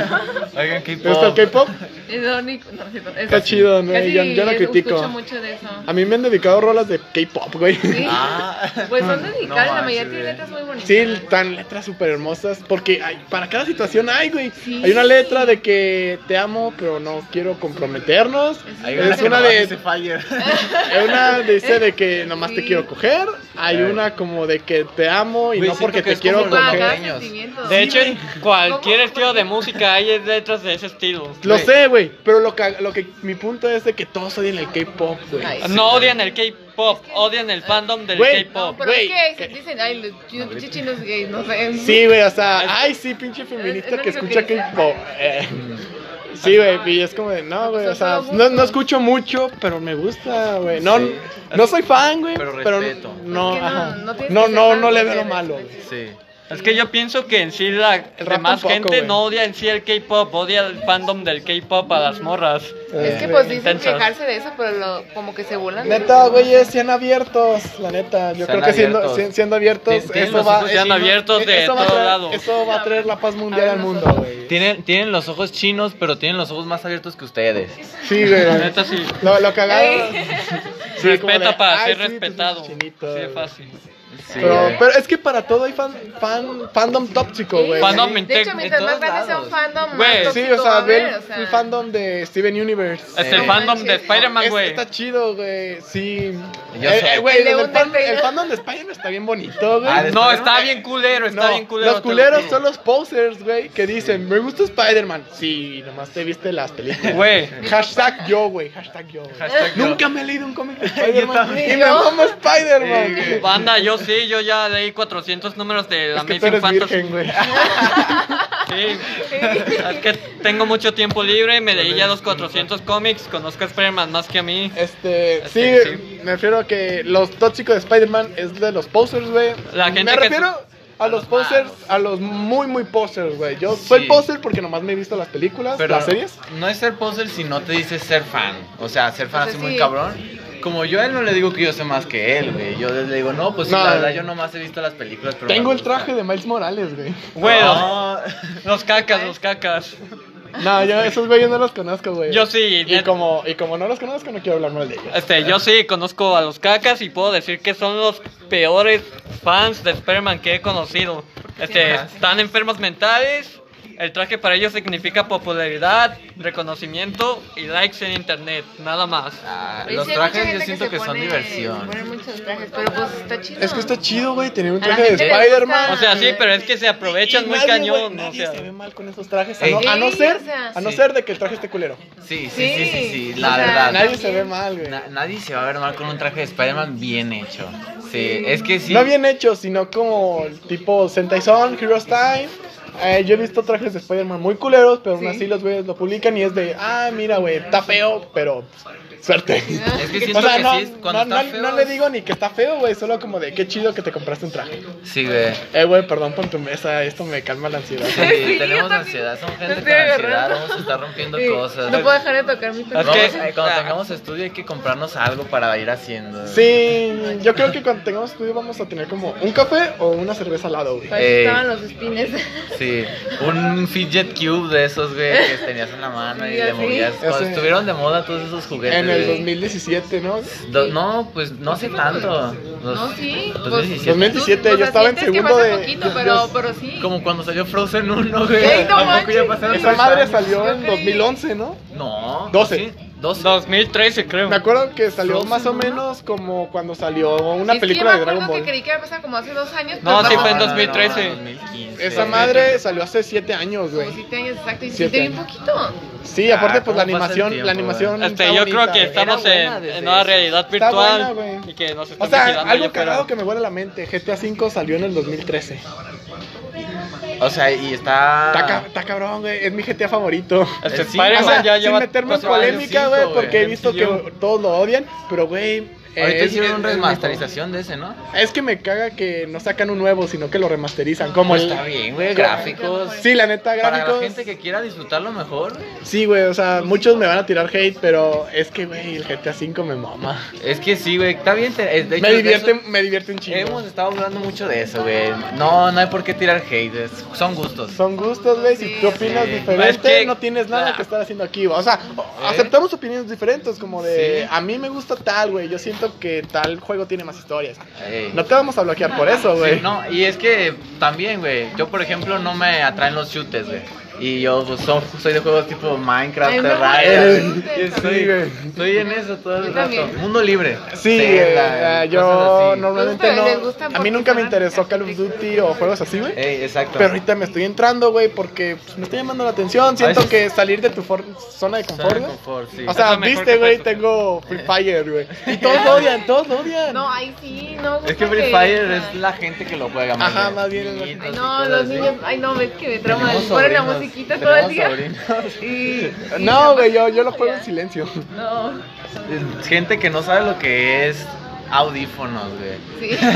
Oigan,
¿Te gusta el
K-pop.
K-pop?
Es lo único. No, sí, no, es
Está
así.
chido, ¿no?
Casi
Yo- yo no critico. Ah.
escucho mucho de eso.
A mí me han dedicado rolas de K-pop, güey.
Sí.
Ah.
Pues son
No
dedicadas, la
manches,
mayoría tiene
güey.
letras muy bonitas.
Sí, tan letras súper hermosas. Porque hay- para cada situación hay, güey.
Sí.
Hay una letra de que te amo, pero no quiero comprometernos.
Hay
Es
que
una
nomás
de-
dice Fire.
Hay una dice de que nomás te
Sí.
quiero coger. Hay
Eh.
una como de que te amo y
Güey,
no porque
siento que
te
es como
quiero
los
Para cada
coger.
norteños.
sentimiento.
De hecho, en cualquier estilo de música hay letras de ese estilo.
Lo
güey.
sé, güey. Pero lo que, lo que mi punto es de que todos odian el K-pop, güey.
Ay,
No odian el K-pop, odian el fandom del
Güey.
No,
K-pop.
pero
Güey,
es
que-
que dicen, ay, los chi- chichinos gays, no sé.
Sí, güey, o sea, ay, sí, pinche feminista
es lo
que
único
escucha
que dice.
K-pop. Eh, Sí, güey, y es como de, no, güey, o sea, no, no escucho mucho, pero me gusta, güey. No,
Sí.
no soy fan, güey,
Pero
pero,
respeto.
no,
Es que no,
ajá.
no tienes
No,
que ser
no,
fan
no le
de
veo lo
ser,
malo, güey.
pues,
Sí.
Es que yo pienso que en sí la
El rap
demás
tampoco,
gente
güey.
no odia en sí el K-pop, odia el fandom del K-pop a las morras.
Es que
Eh,
pues dicen
Intensos.
quejarse de eso, pero lo- como que se burlan. de
Neta,
eso.
güeyes, sean abiertos, la neta. Yo
Sean
creo que siendo,
abiertos.
si- siendo abiertos,
Tien- tienen
eso
los
va,
ojos ya
eso-
abiertos de
eso va a
todo
traer-
lado.
Eso va a traer la paz mundial al
Abren los
mundo,
ojos.
güey.
Tienen, tienen los ojos chinos, pero tienen los ojos más abiertos que ustedes.
Sí, güey.
La neta sí.
Lo, lo cagado.
Ay.
Sí, como de,
Respeta para
"Ay,
ser
sí, tú eres
respetado.
chinito,
Así de
güey.
fácil.
Sí,
Pero,
güey.
pero es que para todo hay fan, fan, fandom tóxico, güey.
Fandom en
De
tec-
hecho,
en
mientras más
todos
grande sea
lados.
un fandom, más
Güey.
Sí,
tóxico
o
va a
sea, ve
haber,
el,
o sea.
el fandom de Steven Universe.
Hasta Este, el
No
fandom de
manches, no,
Spider-Man,
Es-
güey.
está chido, güey. Sí.
Yo
Eh,
soy.
eh, güey,
El de
el,
un
fan-
despedido.
el fandom de Spider-Man está bien bonito, güey.
Ah, de-
No,
Spider-Man?
está bien culero, está
No,
bien culero.
los
te lo
culeros
juro.
son los posers, güey, que dicen, me gusta Spider-Man. Sí, nomás te viste las películas.
Güey,
Hashtag yo, güey. Hashtag yo. güey.
Hashtag yo.
Nunca me he leído un cómic de Spider-Man.
también.
y me
Yo.
mamo Spider-Man.
Sí, güey.
banda, yo sí, yo ya leí 400 números de la
es que tú
Amazing
eres
Fantasy.
virgen, güey.
Sí. Es que tengo mucho tiempo libre, me leí ya los 400 cómics, conozco a Spider-Man más que a mí.
Este, sí,
Este, sí.
me refiero a que los tóxicos de Spider-Man es de los posers, güey.
La gente
me
que-
refiero a los
los
posers,
malos.
a los muy, muy posers, güey. Yo soy
Sí.
poser porque nomás me he visto las películas,
Pero
las series.
No es ser poser si no te dices ser fan. O sea, ser fan
O sea,
así muy
sí.
cabrón. Como yo a él no le digo que yo sé más que él, güey. Yo le digo, no, pues sí,
No.
la verdad yo nomás he visto las películas. Pero
Tengo
me
el
gusta".
traje de Miles Morales, güey.
Güey,
Ah.
No.
los, los cacas, los cacas.
No, yo esos güeyes no los conozco, güey.
Yo sí,
Y
net-
como, y como no los conozco, no quiero hablar mal de ellos.
Este, yo sí conozco a los cacas y puedo decir que son los peores fans de Spider-Man que he conocido. Este, están enfermos mentales. El traje para ellos significa popularidad, reconocimiento y likes en internet, nada más.
Ah,
Oye,
los
sí, hay mucha
trajes yo
gente
siento
se
que, son
pone-
diversión.
Se ponen muchos trajes, pero pues está chido.
Es que está chido, güey, tener un
A la
traje de
gente le gusta.
Spider-Man.
O sea, sí, pero es que se aprovechan
Y
muy
nadie,
cañón,
güey,
o
nadie
sea.
se ve mal con esos trajes. A
Ey.
no, a no
Sí,
ser,
o sea,
a no
sí.
ser de que el traje esté culero.
Sí, sí, sí, sí, sí, la
o sea,
verdad.
Nadie
Nadie...
se ve mal, güey.
nadie se va a ver mal con un traje de Spider-Man bien hecho. Sí, es que sí.
No bien hecho, sino como tipo Sentai Son, Heroes Time. Eh, yo he visto trajes de Spider-Man muy culeros, pero aún
Sí.
así los güeyes lo publican y es de, ah, mira, güey, está feo, pero Suerte.
Es que siento
O sea,
que
no,
sí,
no,
cuando
no-
está feo.
no le digo ni que está feo, güey. Solo como de qué chido que te compraste un traje.
Sí, güey.
Eh, güey, perdón por tu mesa. Esto me calma la ansiedad.
Sí,
Sí, yo
tenemos
también.
ansiedad, son gente
Estoy
con ansiedad,
agarrando.
vamos a estar rompiendo
Sí,
cosas.
No puedo dejar de tocar mi
Es
Vamos,
teléfono.
que-
eh, cuando tengamos estudio hay que comprarnos algo para ir haciendo.
Sí, yo creo que cuando tengamos estudio vamos a tener como un café o una cerveza al lado, güey.
Para eso
Eh.
estaban los spines.
Sí, un fidget cube de esos, güey, que tenías en la mano y
Sí,
le
así.
movías. Cuando
Ese-
estuvieron de moda todos esos
En el
juguetes. güey.
2017, ¿no?
Do- no, pues no sé tanto. Los-
No, sí, pues-
2017.
2017,
O sea,
yo estaba en
sientes que
segundo
fue hace
de.
poquito,
yo-
pero,
yo-
pero sí.
Como cuando salió Frozen 1, güey.
Ey, no
Tampoco
manches.
ya pasaron
esa
tres
madre
años.
salió en
Yo creí-
2011, ¿no?
No.
12.
sí, 12.
2013, creo.
Me acuerdo que salió
Frozen,
más o
¿no?
menos como cuando salió una
Es que
película
yo
de
me
Dragon
acuerdo que
Ball.
creí que iba a pasar como hace dos años.
No,
pero
sí fue en
no.
2013.
2015.
Esa madre salió hace 7 años,
Como
güey.
siete años, exacto. Y
Siete
siete bien
años.
poquito.
Sí, aparte
Ah,
pues la
¿cómo pasa el
animación,
tiempo,
la animación
güey?
Este,
está
yo
bonita,
creo que
güey.
estamos
Era buena
en,
desde
en una
eso.
realidad
Está buena,
virtual
güey.
y que nos están
O sea,
vigilando allá
algo
afuera.
cagado que me huele la mente. GTA V salió en el 2013.
O sea, y está.
Está, ca- está cabrón, güey. Es mi GTA favorito.
Este,
Sí,
O
Spider-Man
sea,
ya
sin
lleva
meterme en
cuatro años.
polémica,
cinco,
güey,
güey,
porque he visto
MCU.
que todos lo odian. Pero, güey. eh,
Ahorita
es-
hicieron una
es- es mi
remasterización de ese, ¿no?
favorito. Es que me caga que no sacan un nuevo, sino que lo remasterizan. Como el.
Pues Está bien, güey,
Como-
gráficos.
Sí, la neta,
Para la
gráficos.
gente que quiera disfrutarlo mejor, güey.
Sí, güey, o sea, muchos me van a tirar hate, pero es que, güey, el GTA V me mama.
Es que sí, güey, está bien. te- es- de hecho,
Me
de
divierte,
eso-
me divierte un chingo.
Hemos estado hablando mucho de eso, güey. No, no hay por qué tirar hate. es- Son gustos.
Son gustos, güey. Si
Sí,
tú opinas
sí.
diferente,
Es que-
no tienes nada que estar haciendo aquí. O sea, o- aceptamos opiniones diferentes, como de
¿Eh? Sí.
a mí me gusta tal, güey. Yo siento que tal juego tiene más historias.
Ey.
No te vamos a bloquear por eso,
Sí,
güey.
no, y es que también, güey. Yo, por ejemplo, no me atraen los shooters, güey. Y yo pues, son- soy de juegos tipo Minecraft,
Ay, no,
Terraria.
los shooters,
y
Sí,
Estoy,
güey.
estoy en eso todo el
Yo
rato.
también.
Mundo libre.
Sí,
Zelda,
eh,
cosas
yo
así.
normalmente
Pero les
no.
gustan
A mí
porque
nunca me
son
interesó Call of
arquitectos.
Duty o juegos así, güey.
Ey, exacto.
Pero ahorita me estoy entrando, güey, porque pues, me está llamando la atención. Siento
veces-
que salir de tu for- zona de confort,
Zona de
güey.
confort, sí.
O sea,
Es lo mejor
viste,
que
güey,
puedes hacer.
tengo Free Fire, güey. Y todos lo odian, todos lo odian.
No, ahí sí, no.
Es que
gusta
Free Fire es la
Ay,
gente que lo juega
Ajá,
bien.
más bien es la
Niñitos
gente.
y
No,
cosas
los
así.
niños. Ay, no, ves que me trama.
Tenemos
Ponen la
sobrinos,
musiquita todo el día.
tenemos sobrinos.
Y- y
No,
se
güey, yo,
pasa
yo lo
todo
juego
el
en
día.
silencio.
No.
Es Gente que no sabe lo que es audífonos, güey.
Sí.
Ah,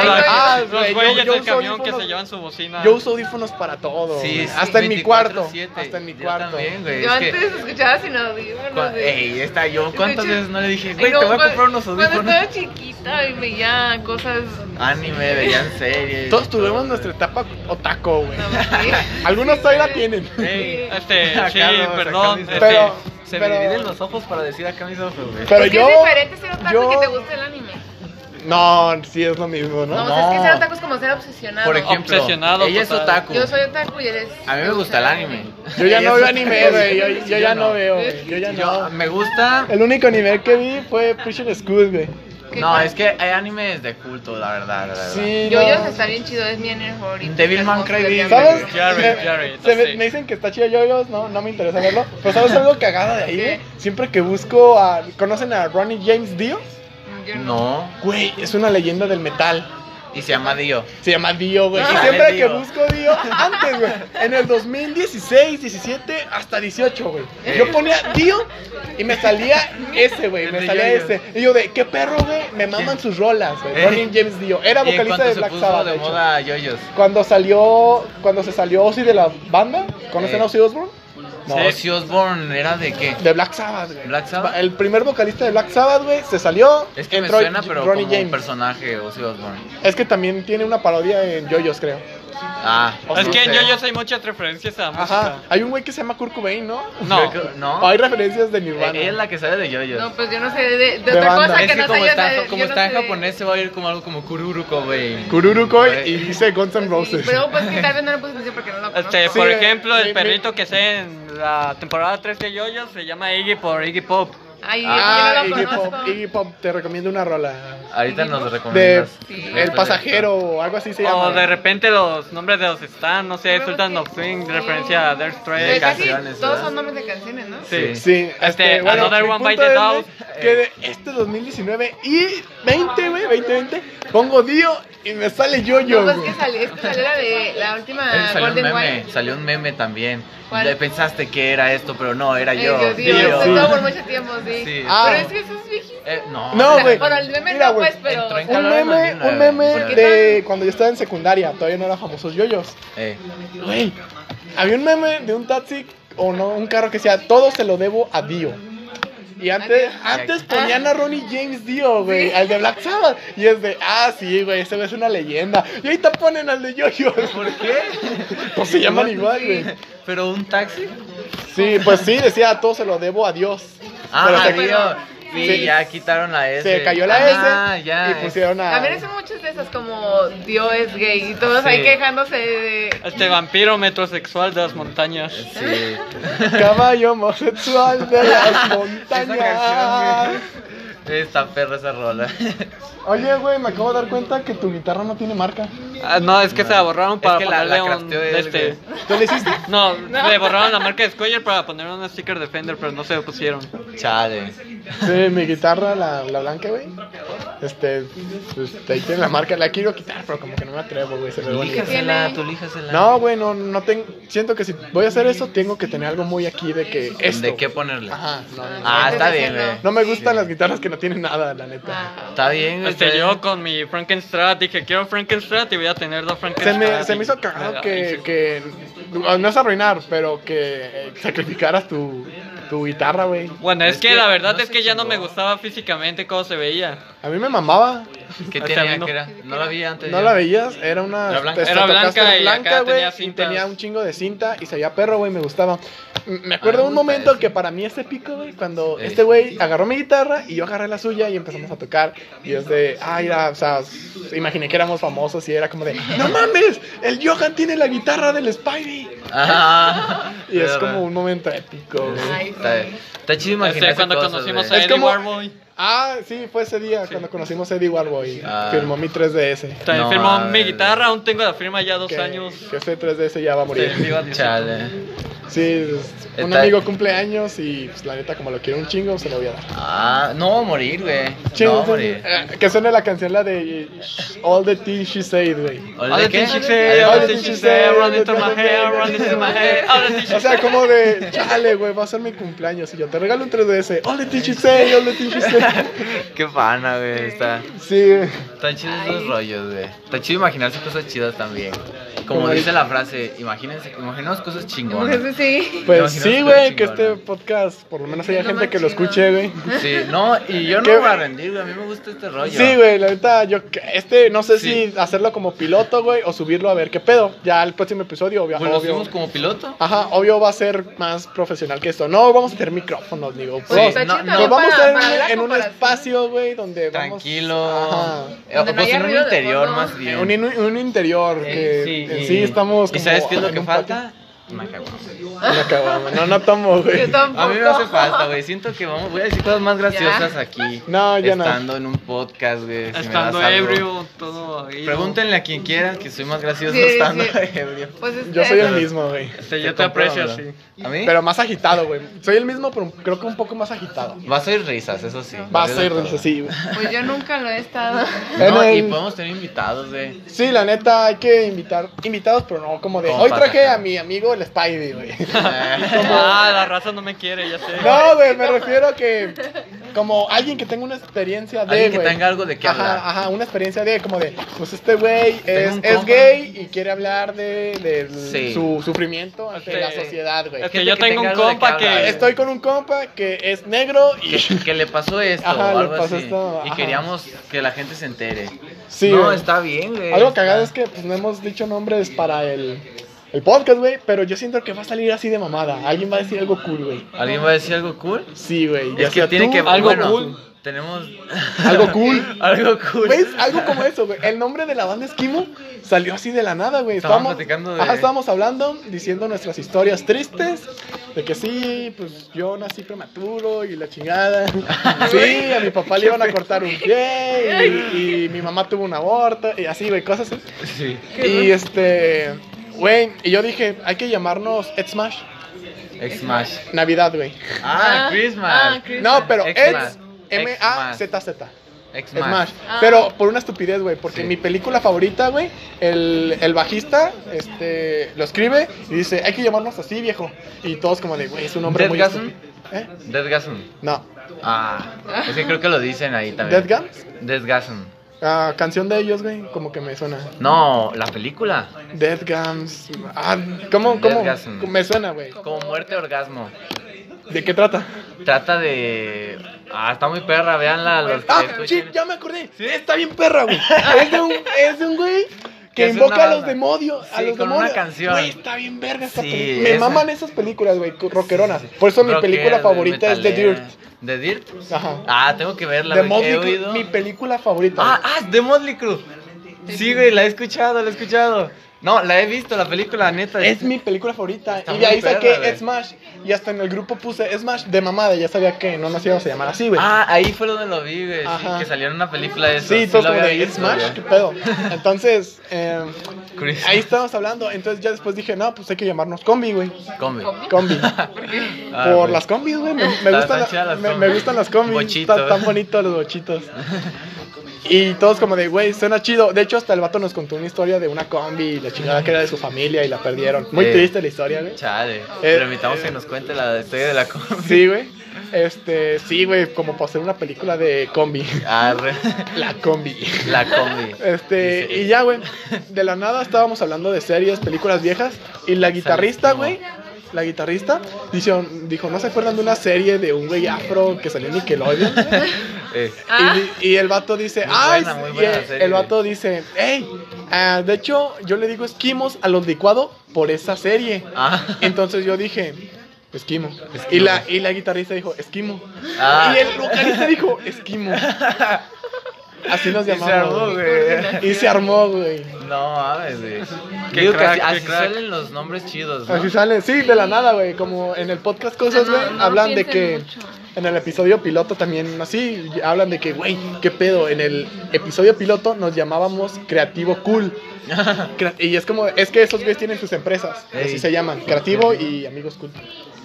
Ay,
ah,
no,
los
güey, yo-
güeyes
yo
del
uso
camión que
audífonos.
se llevan su bocina.
Yo uso audífonos para todo.
Sí,
Oh, güey.
sí,
hasta en mi cuarto.
24/7.
Hasta en mi
Yo
cuarto.
también, güey.
Yo
es que-
antes escuchaba sin audífonos.
Cua-
güey.
Ey, esta yo,
De
¿cuántas
hecho-
veces no le dije,
Ay,
güey,
no,
te voy a
cuando-
comprar unos
Cuando
audífonos? Ah.
estaba chiquita y veía cosas.
Anime, veían series.
Todos tuvimos nuestra etapa otaco, güey.
No, sí.
Algunos todavía la tienen.
Ey,
Sí.
este,
Acá
sí,
los- acá
perdón.
mis-
este,
Pero-
Se
pero-
me dividen los ojos para decir acá mis ojos, güey.
Pero
es que
yo.
es diferente ser otaku
yo-
que te guste el anime.
No, sí es lo mismo,
No,
¿no?
o sea, es que
No.
ser otaku es como ser obsesionado.
Por ejemplo,
Obsesionado
ella es
total.
otaku.
Yo soy otaku y eres.
A mí me gusta el anime.
Yo ya no
Ella es
veo
otaku.
anime, güey. Yo, yo ya no
no.
veo, güey. Yo ya
Yo,
no.
me gusta.
El único anime que vi fue Prison School, güey.
¿Qué
No,
tal?
es que hay animes de culto, la verdad. La verdad.
Sí,
Yo, yo
no.
está bien chido, es mi anime favorito.
Devilman
Hermoso,
Crybaby.
ya
¿Sabes?
me-
Jared,
Me-
Jared,
se me,
así.
me dicen que está chido yoyos, no, no me interesa verlo. Pero ¿sabes algo cagado de ahí, güey?
¿Qué?
Siempre que busco a... ¿Conocen a Ronnie James Dio?
Yo no.
No.
Güey, es una leyenda del metal.
Y se llama Dio.
Se llama Dio, güey. Y
Ah,
siempre que
Dio.
busco Dio, antes, güey. En el 2016, 17, hasta 18, güey.
Eh.
Yo ponía Dio y me salía ese, güey. Me
El de
salía
Yoyos.
ese. Y yo de, qué perro, güey. Me maman sus rolas, güey.
Eh.
Ronnie James Dio. Era
Y en
vocalista
cuanto
de
se
Black
puso
Sabbath.
de
de hecho.
moda Yoyos.
Cuando salió, cuando se salió Ozzy de la banda, ¿conocen
Eh.
a Ozzy Osbourne?
No,
Sí.
Ozzy Osbourne era de qué?
De Black Sabbath, güey.
Black Sabbath.
El primer vocalista de Black Sabbath, güey, se salió.
Es que
entró
me suena, pero
Ronnie
como un
James.
personaje Ozzy Osbourne.
Es que también tiene una parodia en JoJo's, creo.
Ah,
Es
no
que
sé.
en yo yo hay muchas referencias a
Ajá.
música.
Hay un güey que se llama Kurt Cobain, ¿no?
Creo
No.
que-
O
Ah, no.
hay referencias de
Ella
Nirvana.
es la que sabe de yoyos.
No, pues yo no sé de, de,
De
otra
banda.
cosa
es
que
que,
no
como
sé.
está,
yo sé-
como
yo
está
no
en
sé.
japonés se va a ir como algo como kururuko, güey.
Kururukoi
Güey.
y dice Guns N'
Sí,
Roses.
pero pues que tal vez no lo puse atención porque no lo conozco.
Este,
Sí,
por
eh,
ejemplo,
mi- mi-
el perrito que sé en la temporada 3 de Yoyos se llama Iggy por Iggy Pop.
Ay,
Ah,
yo no
Iggy
lo
Pop,
conozco.
Iggy Pop, te recomiendo una rola.
Ahorita nos lo
De
recomiendas.
Sí.
El pasajero o algo
Oh,
así se llama.
O de repente los nombres de los stands, no sé, Sultan of Swing, referencia a Dire
Pero
Straits.
Pues casi
canciones,
todos
¿verdad?
son nombres de canciones, ¿no?
Sí.
Sí,
Este, Another
mi
One
punto
Bites the
es,
Dust.
güey, Que de este 2019 y 20, güey, 2020, pongo Dio y me sale yo yo.
No, es que salió, es que salió la de la
Eh,
última
salió un
Ah, Golden
meme,
White.
salió un meme también.
¿Cuál? Eh,
Le pensaste que era esto, pero no, era yo.
Yo,
Y yo,
sí.
por mucho tiempo, sí.
Sí.
Ah.
Pero es que eso es viejísimo.
eh, no,
No,
o sea,
güey.
Bueno, el meme
Mira,
no,
güey,
pues, pero.
entró en
Un
calor en
meme,
2009,
un meme
¿por qué
de cuando yo estaba en secundaria, todavía no eran famosos yoyos.
eh,
Güey, había un meme de un taxi o no, un carro que decía, todo se lo debo a Dio. Y antes, antes
Ah.
ponían a Ronnie James Dio, güey, al de Black Sabbath. Y es de, ah, sí, güey, ese güey es una leyenda. Y ahorita ponen al de Yoyos.
¿Por qué?
Pues se llaman igual, güey.
¿Pero un taxi?
Sí, pues sí, decía, todo se lo debo a Dios. Pero
Ah,
se-
tío. Sí,
Sí.
ya quitaron la S.
Se cayó la
Ah,
S
ya,
y
es-
pusieron a.
También son muchas de esas como Dios es gay y todos
Sí.
ahí quejándose de.
Este vampiro metrosexual de las montañas.
Sí.
Caballo homosexual de las
Esa canción,
montañas.
güey. Está perra esa rola.
Oye, güey, me acabo de dar cuenta que tu guitarra no tiene marca.
Ah, no, es que se la borraron
Es
para
que la-
ponerle
la
un.
crafteó él,
este,
güey.
¿Tú le hiciste?
no, le borraron la marca de Squire para poner un sticker de Fender, pero no se lo pusieron.
Chale.
Sí, mi guitarra, la, la blanca, güey. Este, este, ahí tiene la marca. La quiero quitar, pero como que no me atrevo, güey. Se ve bonita.
Líjasela,
Tiene-
tú líjasela.
No, güey, no, no tengo. Siento que si voy a hacer eso, tengo que tener algo muy aquí de que esto.
¿De qué ponerle?
Ajá, no, no, no.
Ah, está bien, güey.
No me gustan las guitarras que no tienen nada, la neta.
Ah.
Está bien, güey.
Este,
está
yo
bien.
con mi Frankenstrat dije, quiero Frankenstrat y voy a tener dos
Se
Frankenstrat.
me, se
y-
me hizo cagado
Ay,
que,
sí.
que. ah, No es arruinar, pero que eh, sacrificaras tu, tu guitarra, güey.
Bueno, es,
Es
que,
que
la verdad
no
es
se
que ya no me
chingó.
gustaba físicamente cómo se veía.
A mí me mamaba.
¿Qué
Hasta a mí
tenía
no.
que era? No la vi antes.
No
yo.
la veías, era una
Era blanca.
este, Era blanca
Stratocaster
y acá
güey,
tenía
y
cintas.
tenía un chingo de cinta y se veía perro, güey, me gustaba. M- Me acuerdo
Ah,
me
un
gusta
pues,
momento
eso.
que para mí es épico, güey, cuando
Ey.
este güey agarró mi guitarra y yo agarré la suya y empezamos a tocar y es de, ay, era, o sea, s- imaginé que éramos famosos y era como de, no mames, el Johan tiene la guitarra del Spidey.
Ah,
Y es
pero-
como un momento épico, güey.
Ay,
Está, está chido
Este,
imaginarse
cuando
cosas,
conocimos a
güey.
Es
Eddie
como-
Warboy.
Ah, sí, fue ese día cuando conocimos a Eddie Warboy.
Ah.
Firmó mi 3DS.
También
No,
firmó
a
mi
ver.
guitarra, aún tengo la firma ya dos
Que,
años.
que ese 3DS ya va a morir.
Sí, viva Dios.
Chale.
Sí, pues, un
Está-
amigo cumpleaños y pues, la neta, como lo quiero un chingo, se lo voy a dar.
Ah, no va a morir, güey. No va
Chingo,
a morir.
eh, que suene la canción la de All the Things She Said, güey.
¿O
All the
de qué?
things she said, all the things she said, run into my hair, run into my hair, all the things she
O sea, como de, chale, güey, va a ser mi cumpleaños y yo te regalo un 3DS. All the Things She Said, All the Things She Said.
Qué pana, güey. Está.
Sí,
Están chidos esos rollos, güey. Está chido imaginarse cosas chidas también. Como
Como
dice
el-
la frase, imagínense, imaginemos cosas chingonas.
Eso sí.
pues
Imagino
sí,
que
güey,
está
que
chingona.
este podcast, por lo menos haya
Lo
gente
más
que lo
chido.
escuche, güey.
Sí, no, y yo no
¿Qué?
me voy a rendir, güey. A mí me gusta este rollo.
Sí, güey, la neta, yo, este, no sé
Sí.
si hacerlo como piloto, güey, o subirlo a ver qué pedo. Ya el próximo episodio, obvio.
Bueno,
obvio.
fuimos Pues como piloto.
Ajá, obvio va a ser más profesional que esto. No, vamos a tener micrófonos, digo.
Pues
Pues,
está
no, no.
chido
nos
también
vamos a
para-
estar
para la
en, un
comparación.
espacio, güey, donde vamos...
Tranquilo.
Ajá.
Eh, O
Donde no
pues
haya
en un
ruido de
interior
fondo.
más bien.
Un, in- un interior que
Sí,
en
y-
sí estamos...
¿Y
como
sabes qué es lo
en
que
un patio.
falta? Una caguama.
Una caguama. No, no tomo, güey.
Yo tampoco.
A mí me hace falta, güey. Siento que vamos, voy a decir cosas más graciosas aquí.
No, ya no.
Estando en un podcast, güey. si me
Estando
das algo.
ebrio, todo ahí.
Pregúntenle a quien quiera que soy más gracioso
Sí,
estando
sí.
ebrio.
Pues este,
Yo soy el mismo, güey.
Este, yo te aprecio así.
compruébamelo. ¿A mí?
Pero más agitado, güey. Soy el mismo, pero creo que un poco más agitado.
Va a ser risas, eso sí.
Va a ser
todo.
así, güey.
Pues yo nunca lo he estado.
No,
En
y
el-
podemos tener invitados, güey.
Sí, la neta, hay que invitar invitados, pero no como de...
Como
Hoy
para
traje a
sacar.
mi amigo el Spidey, güey.
Ah, la raza no me quiere, ya sé.
No, güey, me refiero a que como alguien que tenga una experiencia de,
Alguien que
güey.
tenga algo de qué hablar.
Ajá, ajá, una experiencia de, como de, pues este güey es,
un
es
compa.
gay y quiere hablar de, de
Sí.
su sufrimiento ante
Este,
la sociedad, güey.
Es
Gente
que yo
que tenga
tengo un
algo de qué
compa
hablar.
que.
Estoy con un compa que es negro y...
Que, que le pasó esto
Ajá,
o
le
algo
pasó
así.
esto,
y
ajá.
queríamos que la gente se entere.
Sí,
no,
güey.
está bien, güey.
Algo cagado es que pues, no hemos dicho nombres para el, el podcast, güey, pero yo siento que va a salir así de mamada. Alguien va a decir algo cool, güey.
¿Alguien va a decir algo cool?
Sí, güey. ya
Es que
sea
tiene
tú,
que...
algo
bueno,
cool.
Tenemos...
Algo cool.
algo cool.
¿Ves? Algo como eso, güey. El nombre de la banda Esquimo salió así de la nada, güey.
Estábamos platicando de-
Ajá, estábamos hablando, diciendo nuestras historias tristes. De que sí, pues yo nací prematuro y la chingada. Sí, a mi papá le iban a cortar un pie y, y mi mamá tuvo un aborto y así, güey, cosas así.
Sí.
Y este, güey, y yo dije, hay que llamarnos Ed Smash
X-Mash.
Navidad, güey.
Ah,
Ah,
Christmas.
ah, Christmas.
No, pero
Ed
Ed
Smash.
M-A-Z-Z.
X-Max.
Smash.
Ah.
Pero por una estupidez, güey. Porque
Sí.
mi película favorita, güey, el, el bajista este, lo escribe y dice, hay que llamarnos así, viejo. Y todos como de, güey, es un nombre
Death
muy
Gasm.
estúpido. ¿Eh?
Deathgasm.
No.
Ah, es que creo que lo dicen ahí también.
¿Death Guns?
Deathgasm.
Ah, canción de ellos, güey, como que me suena.
No, la película.
Death Gums. Ah, ¿Cómo, cómo?
Deathgasm.
Me suena, güey.
Como muerte orgasmo.
¿De qué trata?
Trata de. Ah, está muy perra, véanla. Los que
Ah, sí,
escuchen.
ya me acordé.
Sí.
Está bien perra, güey. Es de un, es de un güey
Que
que
hace
invoca
una
a los
banda.
demonios. a
Sí,
los
con una
demonios.
canción.
Güey, está bien verga esta
Sí,
película. Me
esa.
maman esas películas, güey, co- rockeronas. Por eso mi
Rockera,
película
de
favorita es The
metalera.
Dirt.
¿The Dirt?
Ajá.
Ah, tengo que verla.
The
güey, he
Motley Crue,
oído.
mi película favorita.
Ah, ah, de Motley Crue. Sí, güey, la he escuchado, la he escuchado. No, la he visto, la película, neta.
güey. es mi película favorita.
ah, Está
y de ahí
muy perra,
saqué
güey.
Smash. Y hasta en el grupo puse Smash de mamada. Ya sabía que no nos íbamos a llamar así, güey.
Ah, ahí fue donde lo vi, güey. sí,
Ajá.
que salió en una película de eso.
sí, todos
lo
como
había
de
visto,
Smash,
güey.
qué pedo. Entonces, eh,
Chris.
ahí estábamos hablando. Entonces ya después dije, no, pues hay que llamarnos combi, güey.
Combi.
Combi.
Ah,
Por
güey.
las combis, güey. Me, me
Están
gustan la-
chidas las
me,
combis.
me gustan las combis.
Bochito.
Están tan bonitos los bochitos. Y todos como de, güey, suena chido. De hecho, hasta el vato nos contó una historia de una combi y la chingada que era de su familia y la perdieron. Muy
Eh.
triste la historia, güey.
Chale.
Eh,
Pero invitamos que nos cuente la historia de la combi.
Sí, güey. Este, sí, güey, como para hacer una película de combi.
Arre.
La combi.
Ah, La combi.
Este,
Sí.
y ya, güey. De la nada estábamos hablando de series, películas viejas. Y la guitarrista,
Sale,
güey. La guitarrista dijo, dijo, ¿no se acuerdan de una serie de un güey afro que salió en Nickelodeon? güey?"
Eh,
Ah.
Y, di- y el vato dice,
Muy
¡ay!
buena, muy
y
buena
el,
serie,
el vato dice, ¡hey! ah, de hecho, yo le digo esquimos a los licuados por esa serie.
Ah.
Entonces yo dije, esquimo.
Esquimo.
Y, la, y la guitarrista dijo, esquimo.
Ah.
Y el vocalista dijo, esquimo. Así nos
Y se
llamamos.
armó, güey.
Y se armó, güey.
No mames, güey.
Qué
Digo que así,
crack, qué
así
crack.
salen los nombres chidos, ¿no?
Así sale, sí, de la nada, güey. Como en el podcast Cosas,
No,
güey,
no
hablan de que.
piensen mucho.
En el episodio piloto también, así, hablan de que, güey, qué pedo. En el episodio piloto nos llamábamos Creativo Cool. Crea- y es como, es que esos güeyes tienen sus empresas. Así
Ey.
se llaman, Creativo y Amigos Cool.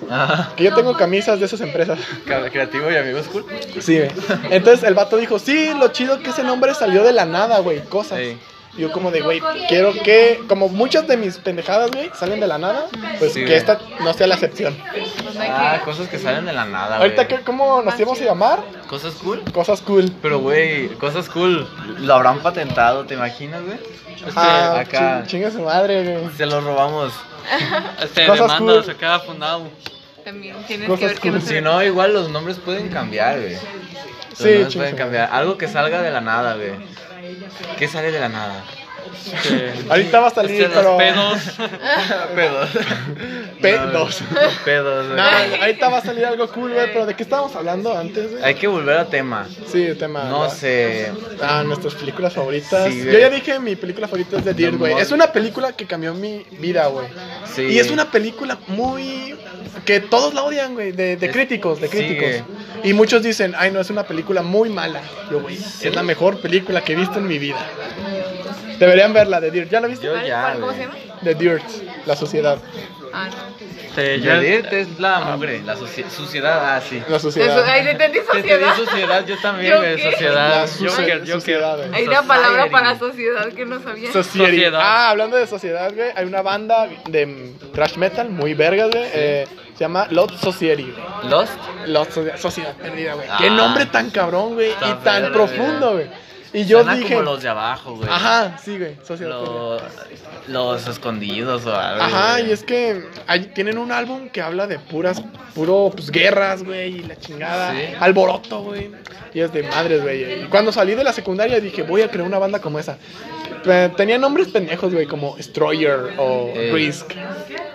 Ah,
Que yo tengo camisas de esas empresas.
cre- Creativo y amigos cool.
Pues
Sí, güey. Entonces el vato dijo, sí, lo chido que ese nombre salió de la nada, güey, cosas.
Ey.
Y Yo como de, güey, quiero que, como muchas de mis pendejadas, güey, salen de la nada, pues
Sí,
que
güey.
esta no sea la excepción.
Pues no hay
Ah,
que-
cosas que salen de la nada, güey.
Ahorita, ¿qué- ¿cómo nos íbamos a llamar?
Cosas cool.
Cosas cool.
Pero, güey, cosas cool. Lo habrán patentado, ¿te imaginas, güey? Este,
Ah,
acá.
ching- chinga su madre, güey.
Se los robamos.
Este,
Cosas
demandas
cool.
acá fundado.
También tienes
Cosas
que ver que no
cool.
Si
se
no, igual los nombres pueden cambiar, güey. Los
Sí,
nombres
chingue su
pueden cambiar. Algo que salga de la nada, güey. ¿Qué sale de la nada?
Este,
Ahorita va a salir,
este,
pero...
los pedos.
Pedos.
Pedos.
No, güey. Pedos, güey.
No, ahorita va a salir algo cool, güey, pero ¿de qué estábamos hablando antes, güey?
Hay que volver al tema.
Sí, el tema...
No
¿verdad?
sé.
Ah, nuestras películas favoritas.
Sí, güey.
Yo ya dije mi película favorita es The Dirt,
No,
güey.
mor-
Es una película que cambió mi vida, güey.
Sí.
Y es una película muy. que todos la odian, güey. De, de
Es-
críticos, de
sí,
críticos. Y muchos dicen, ay, no, es una película muy mala. Yo, güey, es la mejor película que he visto en mi vida. Deberían verla, The Dirt. ¿Ya la viste?
Yo
¿Cuál-
ya.
cuál- cómo
güey.
se llama?
The Dirt, la sociedad.
Ah, no.
Este, yo-
Yadir es la mugre, la socie- suciedad, ah, sí.
La
Eso,
sociedad.
ahí le entendí
Te te di
sociedad.
sociedad, yo también,
¿Yo
güey,
qué?
La
sociedad.
suce-
Joker, Joker.
sociedad, güey.
Hay una palabra
Society.
para sociedad que no sabía.
Society.
Sociedad.
Ah, hablando de sociedad, güey, hay una banda de mm, thrash metal muy vergas, güey. eh, se llama Lot Society, güey.
Lost.
La socia- sociedad perdida, güey.
Ah.
Qué nombre tan cabrón, güey.
Está
Y tan
perro,
profundo,
güey.
güey. Y yo
Suena
dije.
como los de abajo, güey.
Ajá, sí, güey. Sociedad perdida.
Lo- los escondidos o algo.
Ajá,
güey.
y es que hay- tienen un álbum que habla de puras, puro, pues guerras, güey, y la chingada,
Sí.
alboroto, güey. Y es de madres, güey. Y cuando salí de la secundaria dije, voy a crear una banda como esa. Pe- Tenía nombres pendejos, güey, como Destroyer o
Eh.
Risk.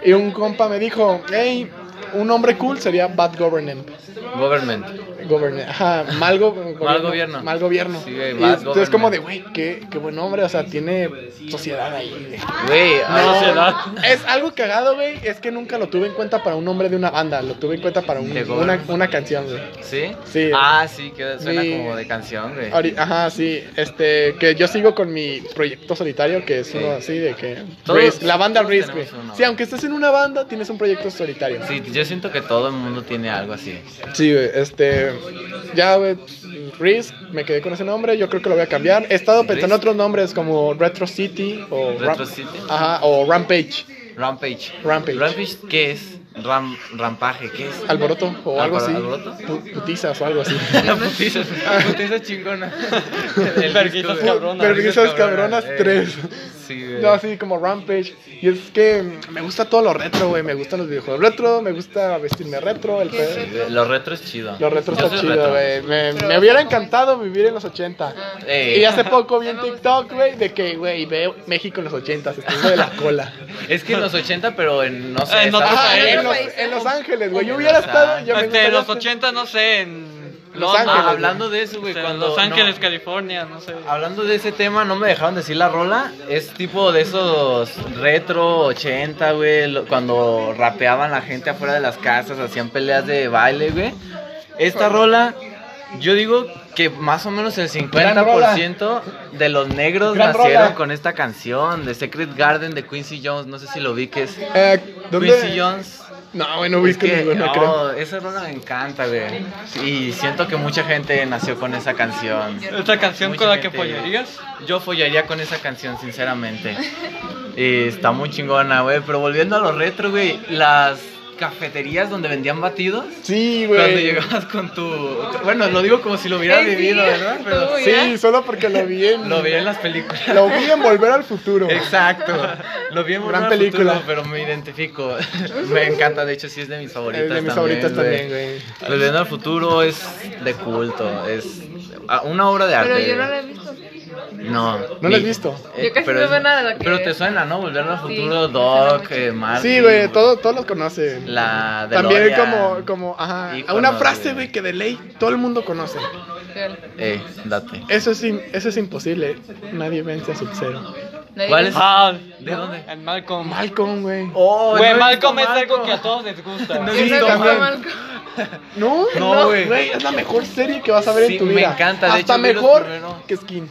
Y un compa me dijo, hey, un nombre cool sería Bad Government.
Government.
Goberna- ajá, mal, go- gobierno,
gobierno.
Mal gobierno.
Sí, güey,
Y
bad
entonces es como de, güey,
government.
qué, qué buen hombre, o sea, tiene sociedad ahí. güey.
Güey,
No,
ah,
sociedad.
Es algo cagado, güey, es que nunca lo tuve en cuenta para un nombre de una banda, lo tuve en cuenta para un-
De
una,
government.
una canción, güey.
¿Sí?
Sí.
Ah, sí, que suena
Mi-
como de canción, güey.
Ahori- Ajá, sí, este, que yo sigo con mi proyecto solitario, que es
Sí.
uno así de que...
Todos-
Risk, la banda
todos
Risk, güey.
tenemos uno.
Sí, aunque estés en una banda, tienes un proyecto solitario.
Sí, yo siento que todo el mundo tiene algo así.
Sí, güey, este. Ya, güey, Risk, me quedé con ese nombre, yo creo que lo voy a cambiar. He estado pensando en
Risk.
otros nombres como Retro City o, Ram-
Retro City.
Ajá, o Rampage,
Rampage.
Rampage.
Rampage, ¿qué es? Ram, rampaje, ¿qué es?
Alboroto o algo
Albor-
así.
alboroto.
Pu- Putizas o algo así.
Putizas. Putizas chingona. El- el
Verguizas
disco, güey.
cabronas.
Permisas cabronas
eh.
3.
Sí, güey.
No, así como Rampage. Y es que mm, me gusta todo lo retro, güey. Me gustan los videojuegos retro, me gusta vestirme retro, el
¿Qué
pedo.
es retro?
Eh, Lo retro es chido.
Los retros
Yo
está
soy
chido,
retro.
güey. Me,
Pero-
me hubiera encantado vivir en los 80.
Ah.
Ey.
Y hace poco vi en
No me gusta
TikTok,
esa
güey, de que, güey, veo México en los 80, estuvo de la cola.
Es que en los 80, pero en no sé.
Ah, En otro
Estados
Ajá,
país.
en
Unidos.
los, en Los Ángeles, güey. Yo hubiera estado. Yo me
Este,
gustaría
los
estar-
80, no sé, en
Los
Londres,
Ángeles,
Ah,
güey.
hablando de eso, güey,
este,
cuando
Los Ángeles,
no,
California, no sé.
hablando de ese tema, no me dejaron decir la rola. Es tipo de esos retro 80, güey, lo- cuando rapeaban la gente afuera de las casas, hacían peleas de baile, güey. Esta rola, yo digo que más o menos el 50% de los negros
Gran
nacieron
rola.
con esta canción de Secret Garden de Quincy Jones, no sé si lo vi que es
Eh,
Quincy
¿Dónde?
Jones.
No, güey, no vi
Es que,
ninguna,
no,
creo.
esa rola me encanta, güey. Y siento que mucha gente nació con esa canción.
Esta canción
Mucha
con la que
gente-
follarías.
Yo follaría con esa canción, sinceramente. Y está muy chingona, güey. Pero volviendo a los retro, güey, las cafeterías donde vendían batidos.
Sí,
Cuando
güey.
llegabas con tu. Bueno, lo digo como si lo hubiera
Ey, sí,
vivido, ¿verdad? Pero
estuvo
Sí, solo porque lo vi en.
lo veía en las películas.
Lo vi en Volver al Futuro.
Exacto. Lo vi en
Gran
una
película.
película, pero me identifico. me encanta, de hecho, sí es de mis favoritas.
Es de mis favoritas también, güey.
Volviendo al futuro es de culto, es ah, una obra de arte.
Pero yo no
güey.
la he visto.
No.
¿No la has visto?
Yo casi no
es-
veo nada de lo que-
Pero te suena, ¿no? Volver al
Sí,
futuro,
me suena
Doc,
mucho.
eh, Marty,
Sí, güey, todos todo lo conocen.
La de
También como, como, ajá, una frase, güey, que de ley todo el mundo conoce.
Real.
Eh, date.
Eso es, in- eso es imposible. Nadie vence a Sub-Zero.
Nadie
¿Cuál
lo-
es?
Ah,
¿De dónde?
En Malcolm.
Malcolm, güey.
Oh,
Güey,
no he
Malcolm es
visto
algo
Malcolm.
que a todos les gusta.
No he
Yo
Sí,
no he visto
también.
Malcolm.
No,
No,
no,
güey.
güey. Es la mejor serie que vas a ver
Sí,
en tu
me
vida.
encanta,
Hasta
de hecho, vi los
mejor
primeros.
que Skins.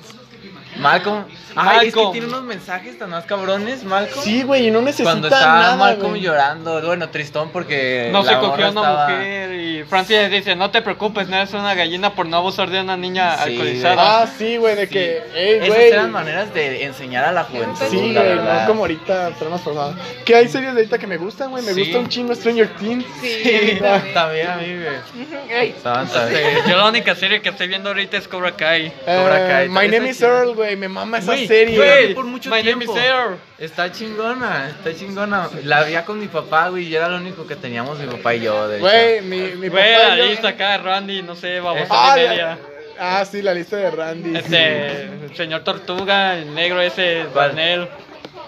Malcolm. Ay, es que
Malcolm.
tiene unos mensajes tan más cabrones, Malcolm.
Sí, güey, y no necesita
Cuando está
nada,
Malcolm
güey.
llorando, bueno, tristón porque
No se
la morra
cogió a una
estaba-
mujer y Francis les dice, no te preocupes, no eres una gallina por no abusar de una niña
Sí,
alcoholizada.
Ah, sí, güey, de que, ey,
Esas
güey.
eran maneras de enseñar a la juventud.
Sí,
la
güey, no
verdad.
como ahorita transformado. Que hay series de ahorita que me gustan, güey. Me
Sí.
gusta un chingo Stranger Things.
Sí, también.
También a mí, güey.
Ay,
Estaban
Este, Yo la única serie que estoy viendo ahorita es Cobra Kai.
Cobra Kai,
Eh, My
está
Name is
chida.
Earl, güey, me mama esa
Güey,
serie.
güey.
güey.
por mucho
My
tiempo.
name is Earl.
Está chingona, está chingona. La veía con mi papá, güey, y era lo único que teníamos mi papá y yo. De hecho.
Güey, mi, mi
Güey,
papá.
la
y yo-
lista acá, Randy, no sé, vamos
Ah,
a
la-
media.
ah, sí, la lista de Randy.
Este, el señor Tortuga, el negro ese,
¿Cuál?
Daniel.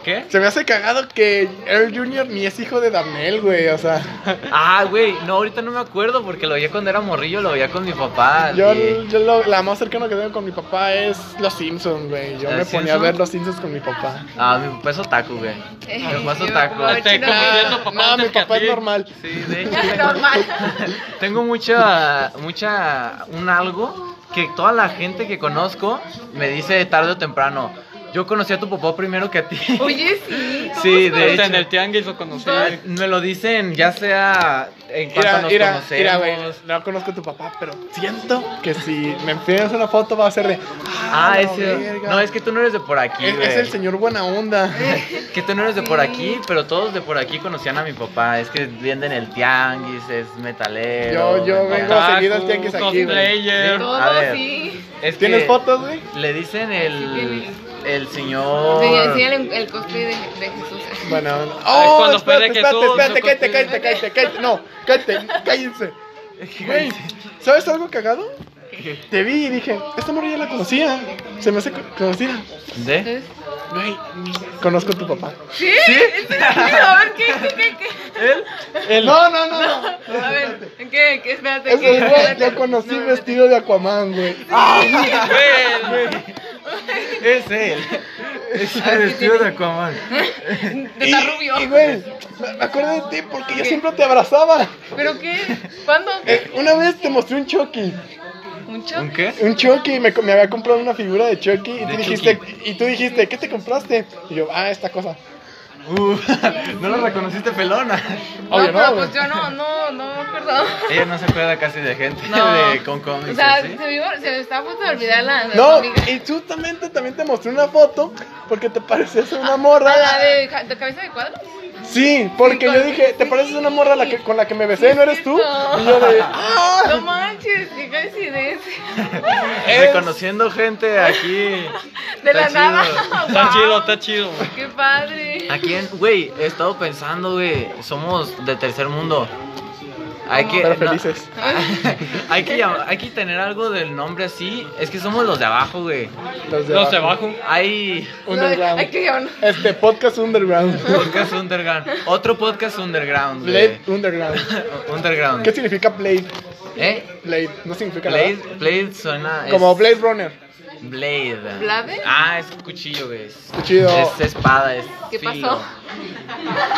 ¿Qué?
Se me hace cagado que Earl Jr. ni es hijo de Darnell, güey, o sea.
Ah, güey, no, ahorita no me acuerdo porque lo veía cuando era morrillo, lo veía con mi papá.
Yo,
y-
yo lo- la más cercana que tengo con mi papá es Los Simpsons, güey. Yo
¿Los
me ponía a
Simpson?
ver Los Simpsons con mi papá.
Ah, mi papá es otaku, güey.
Eh,
Mi papá es
yo
otaku.
como
Este,
chino.
¿cómo
Ah,
que tu
No,
papá
no, mi
antes que a
papá es
ti?
normal.
Sí, de hecho,
Es
tengo-
normal.
Tengo mucha, mucha, un algo que toda la gente que conozco me dice tarde o temprano. Yo conocí a tu papá primero que a ti.
Oye, sí. ¿cómo
Sí,
se
de
Este,
hecho.
en el tianguis lo conocí.
Me lo dicen ya sea en cuanto
Mira,
nos
mira,
conocemos.
mira, güey. No conozco a tu papá, pero siento que si me envías una foto va a ser de.
Ah,
la
ese.
verga.
No, es que tú no eres de por aquí,
Es,
güey.
es el señor buena onda.
Que tú no eres de por aquí, pero todos de por aquí conocían a mi papá. Es que venden el tianguis, es metalero.
Yo- yo
vende-
vengo a seguir al tianguis aquí, güey.
cosplayer.
Todo
A ver.
sí.
Es que
¿Tienes fotos, güey?
Le dicen el,
Sí,
el señor.
Sí, enséñale el cosplay de, de Jesús.
Bueno,
Ay,
oh,
cuando fue
espérate,
de que
espérate,
tú-
espérate, cállate,
tú cogiste-
cállate, cállate, cállate, no, cállate, cállense. Güey, ¿sabes algo cagado? Te vi y dije, esta morra ya la conocía, se me hace co- conocida.
¿De?
Entonces,
Güey, conozco a tu papá.
¿Sí? ¿En serio? A ver, ¿qué? ¿Qué? ¿Qué? qué?
No, no, no, no.
A ver, ¿en qué? ¿Qué? Espérate.
Ese
que-
güey ya conocí
No,
vestido de Aquaman, güey. Ah,
Es él. Es
Ah,
el vestido de Aquaman.
¿Eh? De
y,
está rubio.
y, güey, me- me acuerdo de ti porque yo siempre te abrazaba.
¿Pero qué? ¿Cuándo?
Eh, una vez te mostré un Chucky.
¿Un
¿Un
choque?
qué?
Un Chucky, me, co- me había comprado una figura de Chucky y tú
De
dijiste, y tú dijiste, ¿qué te compraste? Y yo, ah, esta cosa.
Uh, no la reconociste pelona.
Obvio,
no, pero
no,
pues
güey.
yo no, no, no me acuerdo.
Ella no se acuerda casi de gente
No.
de, con cómics.
O sea,
¿sí?
se me, iba- se me estaba a punto de olvidar la. la
No,
amiga.
y justamente también te mostré una foto porque te pareces a una morra.
¿A Ah, la de, ca- de cabeza de cuadros?
Sí, porque
Sí,
yo
con-
dije, ¿te pareces a una morra a la que- con la que me besé?
Sí,
¿No eres tú?
cierto.
Y yo de, ¡ah!
No manches, qué coincidencia.
Reconociendo gente aquí.
De
Está
la
chido.
nada.
Está
Wow.
chido, está chido.
Qué padre.
¿A quién? Güey, he estado pensando, güey. Somos de tercer mundo. Hay que.
Pero
no-
felices.
hay, que llam- hay que tener algo del nombre así. Es que somos los de abajo, güey.
Los de
Los de
abajo.
abajo.
Hay.
Underground.
Ay, qué guión.
Este podcast underground.
Podcast underground. Otro podcast underground, güey.
Blade underground.
Underground.
¿Qué significa Blade?
¿Eh?
Blade, no significa
Blade,
nada.
Blade suena. es-
Como Blade Runner.
Blade.
¿Blade?
Ah, es cuchillo, güey. Es,
Cuchillo.
es espada, es.
¿Qué
filo.
pasó?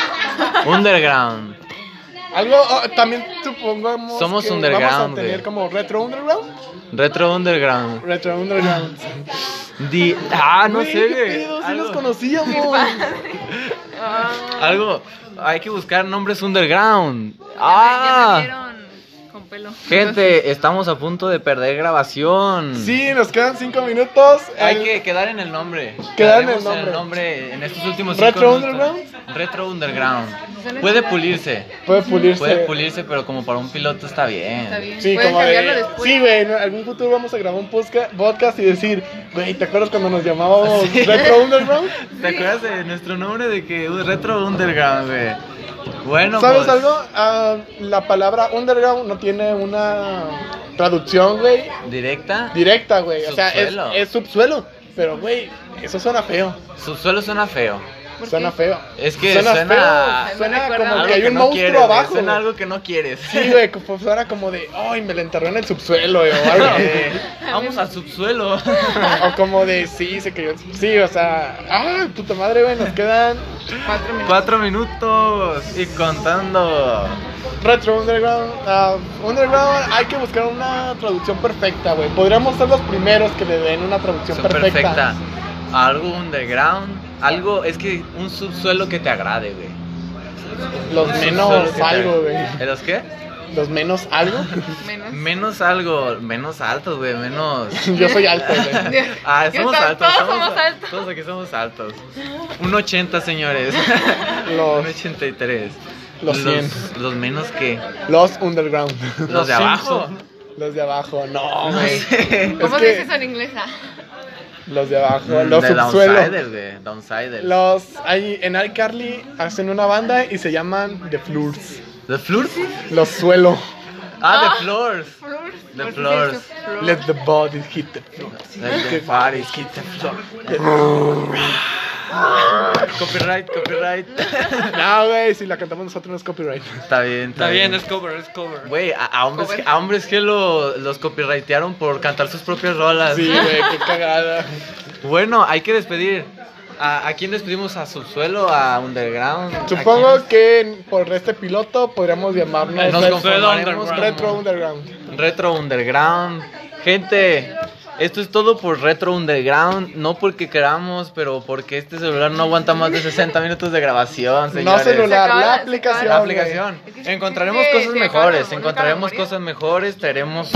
Underground.
Algo, oh, también supongamos
Somos
que
underground,
vamos a tener
güey.
como Retro Underground.
Retro Underground.
Retro Underground.
Di- Ah, no
Güey,
sé,
qué
güey.
pedo, sí nos
Algo,
conocíamos.
Ah,
algo. Hay que buscar nombres underground.
ya me-
Ah.
ya me vieron con pelo.
Gente, estamos a punto de perder grabación.
Sí, nos quedan cinco minutos.
Hay
El-
que quedar en el nombre.
Quedar en el
Quedaremos
nombre.
en estos últimos cinco
¿Retro
minutos.
Underground?
Retro Underground. Puede pulirse.
Puede pulirse.
Puede pulirse, pero como para un piloto Este, está bien.
Está bien.
Sí,
Pueden
como de-
cambiarlo después.
Sí, güey, en algún futuro vamos a grabar un posca- podcast y decir, güey, ¿te acuerdas cuando nos llamábamos
Sí.
Retro Underground?
¿Te acuerdas de nuestro nombre de que uh, Retro Underground, güey? Bueno,
¿Sabes
pues,
algo? Ah, la palabra underground no tiene una traducción, güey,
Directa.
directa, güey. O sea, es,
Subsuelo.
es subsuelo. Pero, güey, eso suena feo.
Subsuelo suena feo.
¿Por qué?
Suena feo.
Es que suena- Ay,
feo.
me
Suena
recuerda
como
algo
que hay un
no
monstruo
quieres, güey,
abajo.
Suena
güey.
algo que no quieres.
Sí, güey, como- suena como de, ay, me la enterré en el subsuelo, güey, o algo
Eh,
así.
Vamos al subsuelo.
O como de, sí, se cayó. Sí, o sea, ah, puta madre, güey, nos quedan
Cuatro minutos.
Cuatro minutos y contando.
Retro Underground. ah, underground, hay que buscar una traducción perfecta, güey. Podríamos ser los primeros que le den una traducción
Son
perfecta.
perfecta. Algo underground. Algo, es que un subsuelo que te agrade, güey.
Los
Un subsuelo
menos
que te-
algo, güey.
¿Eh, ¿Los qué?
Los menos algo.
Menos.
Menos algo, menos altos, güey, menos.
Yo soy alto, güey.
Ah,
Yo
somos
tam-
altos.
todos somos altos.
Todos aquí somos altos. Un 80, señores.
Los-
Un 83.
los 100.
Los, los menos que.
Los underground.
Los, de abajo.
Los de abajo, no,
No
güey.
sé.
¿Cómo
Es que-
dices en inglés? ah?
Los de abajo, los
Mm, de
subsuelos.
Downsiders, güey. Downsiders.
Los ahí en iCarly hacen una banda y se llaman The Floors.
¿The Floors?
Los suelo.
Ah, The Floors.
Flor.
The
¿Por qué
flowers.
se dice flor?
Let the body hit the floor.
Like The party, hit the floor. copyright, copyright.
No, güey, si la cantamos nosotros no es copyright.
Está bien,
Está bien, es cover, es cover.
Güey, a, a hombres, que- a hombres que lo- los copyrightearon por cantar sus propias rolas.
Sí, güey, qué cagada.
Bueno, hay que despedir. ¿A, a quién despedimos? ¿A subsuelo? ¿A underground? ¿A
Supongo que por este piloto podríamos llamarnos
quién? nos
Ret-
conformaremos
Underground.
Retro
como
Underground.
Retro Underground. Gente, esto es todo por Retro Underground. No porque queramos, pero porque este celular no aguanta más de 60 minutos de grabación,
No
señores.
celular,
Se acaba
la
la-
aplicación.
se
la
acaba
güey.
aplicación.
Es que sí,
Encontraremos
sí,
cosas
sí,
mejores,
acaba,
encontraremos
acaba,
cosas mejores, traeremos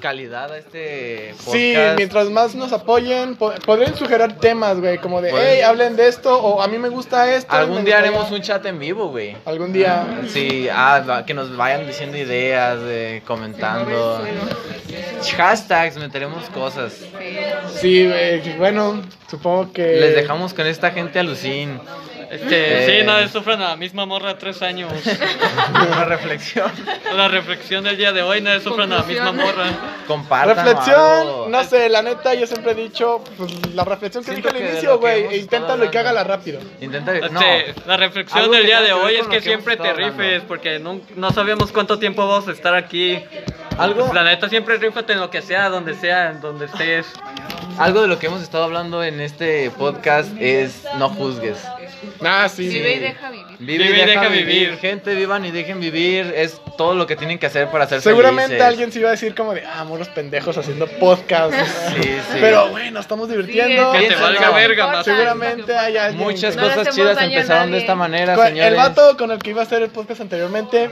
calidad a este podcast.
Sí, mientras más nos apoyen, po- podrían sugerir temas, güey, como de,
Pueden.
hey, hablen de esto, o a mí me gusta esto.
Algún
me
día
gustaría-
haremos un chat en vivo, güey.
Algún día.
Sí, ah, va- que nos vayan diciendo ideas, eh, comentando. Hashtags, meteremos cosas.
Sí, güey, bueno, supongo que...
Les dejamos con esta gente alucin.
Este,
Eh.
sí, no, sufren a la misma morra tres años.
Una reflexión.
La reflexión del día de hoy, no sufren a la misma
Conclusión.
morra.
Compartan. o algo.
Reflexión, no sé, la neta, yo siempre he dicho, pues, la reflexión que dije
Siento
al
que de
inicio,
lo que hemos
güey,
estado
inténtalo y
hablando.
cágala rápido.
Intenta. No.
Este, la reflexión
Algo
del
que
día
tenga
de
que ver
hoy es
con
que
lo que hemos
siempre te
estado hablando.
rifes porque no, no sabemos cuánto tiempo vamos a estar aquí.
Algo-
La neta, siempre rífate en lo que sea, donde sea, en donde estés.
Algo de lo que hemos estado hablando en este podcast es no juzgues.
Ah, sí.
Vive y deja vivir.
Vive y deja, vivir. Gente, vivan y dejen vivir. Es todo lo que tienen que hacer para ser
Seguramente
felices.
alguien se iba a decir como de, ah, moros pendejos haciendo podcast.
Sí, sí.
Pero bueno, estamos divirtiendo.
Que te
Piénsenlo.
valga verga,
Corta.
más.
Seguramente hay alguien.
Muchas
que-
No le
cosas
hacemos
chidas
daño a
empezaron de
nadie.
esta manera,
Con-
señores.
El vato con el que iba a hacer el podcast anteriormente,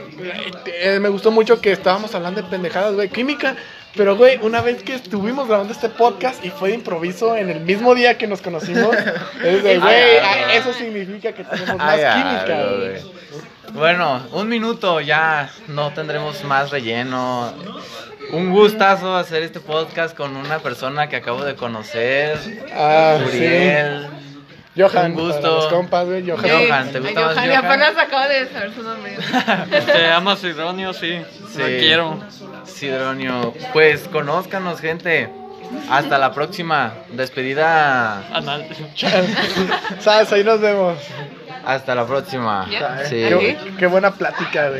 eh, me gustó mucho que estábamos hablando de pendejadas, güey, química. Pero, güey, una vez que estuvimos grabando este podcast y fue de improviso en el mismo día que nos conocimos, es de,
Ay,
güey,
ay,
ah,
ay.
eso significa que tenemos más
Ay,
química,
algo,
güey.
güey. Bueno, un minuto ya no tendremos más relleno. Un gustazo hacer este podcast con una persona que acabo de conocer,
Ah, sí.
Uriel.
Johan,
Un gusto.
para los compas, güey, Johan.
Yo- Johan, ¿te gusta
Ay,
más
Johan, y
Johan?
apenas acabo de saber su nombre.
Este, ama Sidronio, sí.
Sí.
Lo quiero.
Sidronio. Pues conózcanos, gente. Hasta la próxima. Despedida.
Anal.
Sabes, ahí nos vemos.
Hasta la próxima.
Ya.
Sí.
Qué, qué buena plática, güey.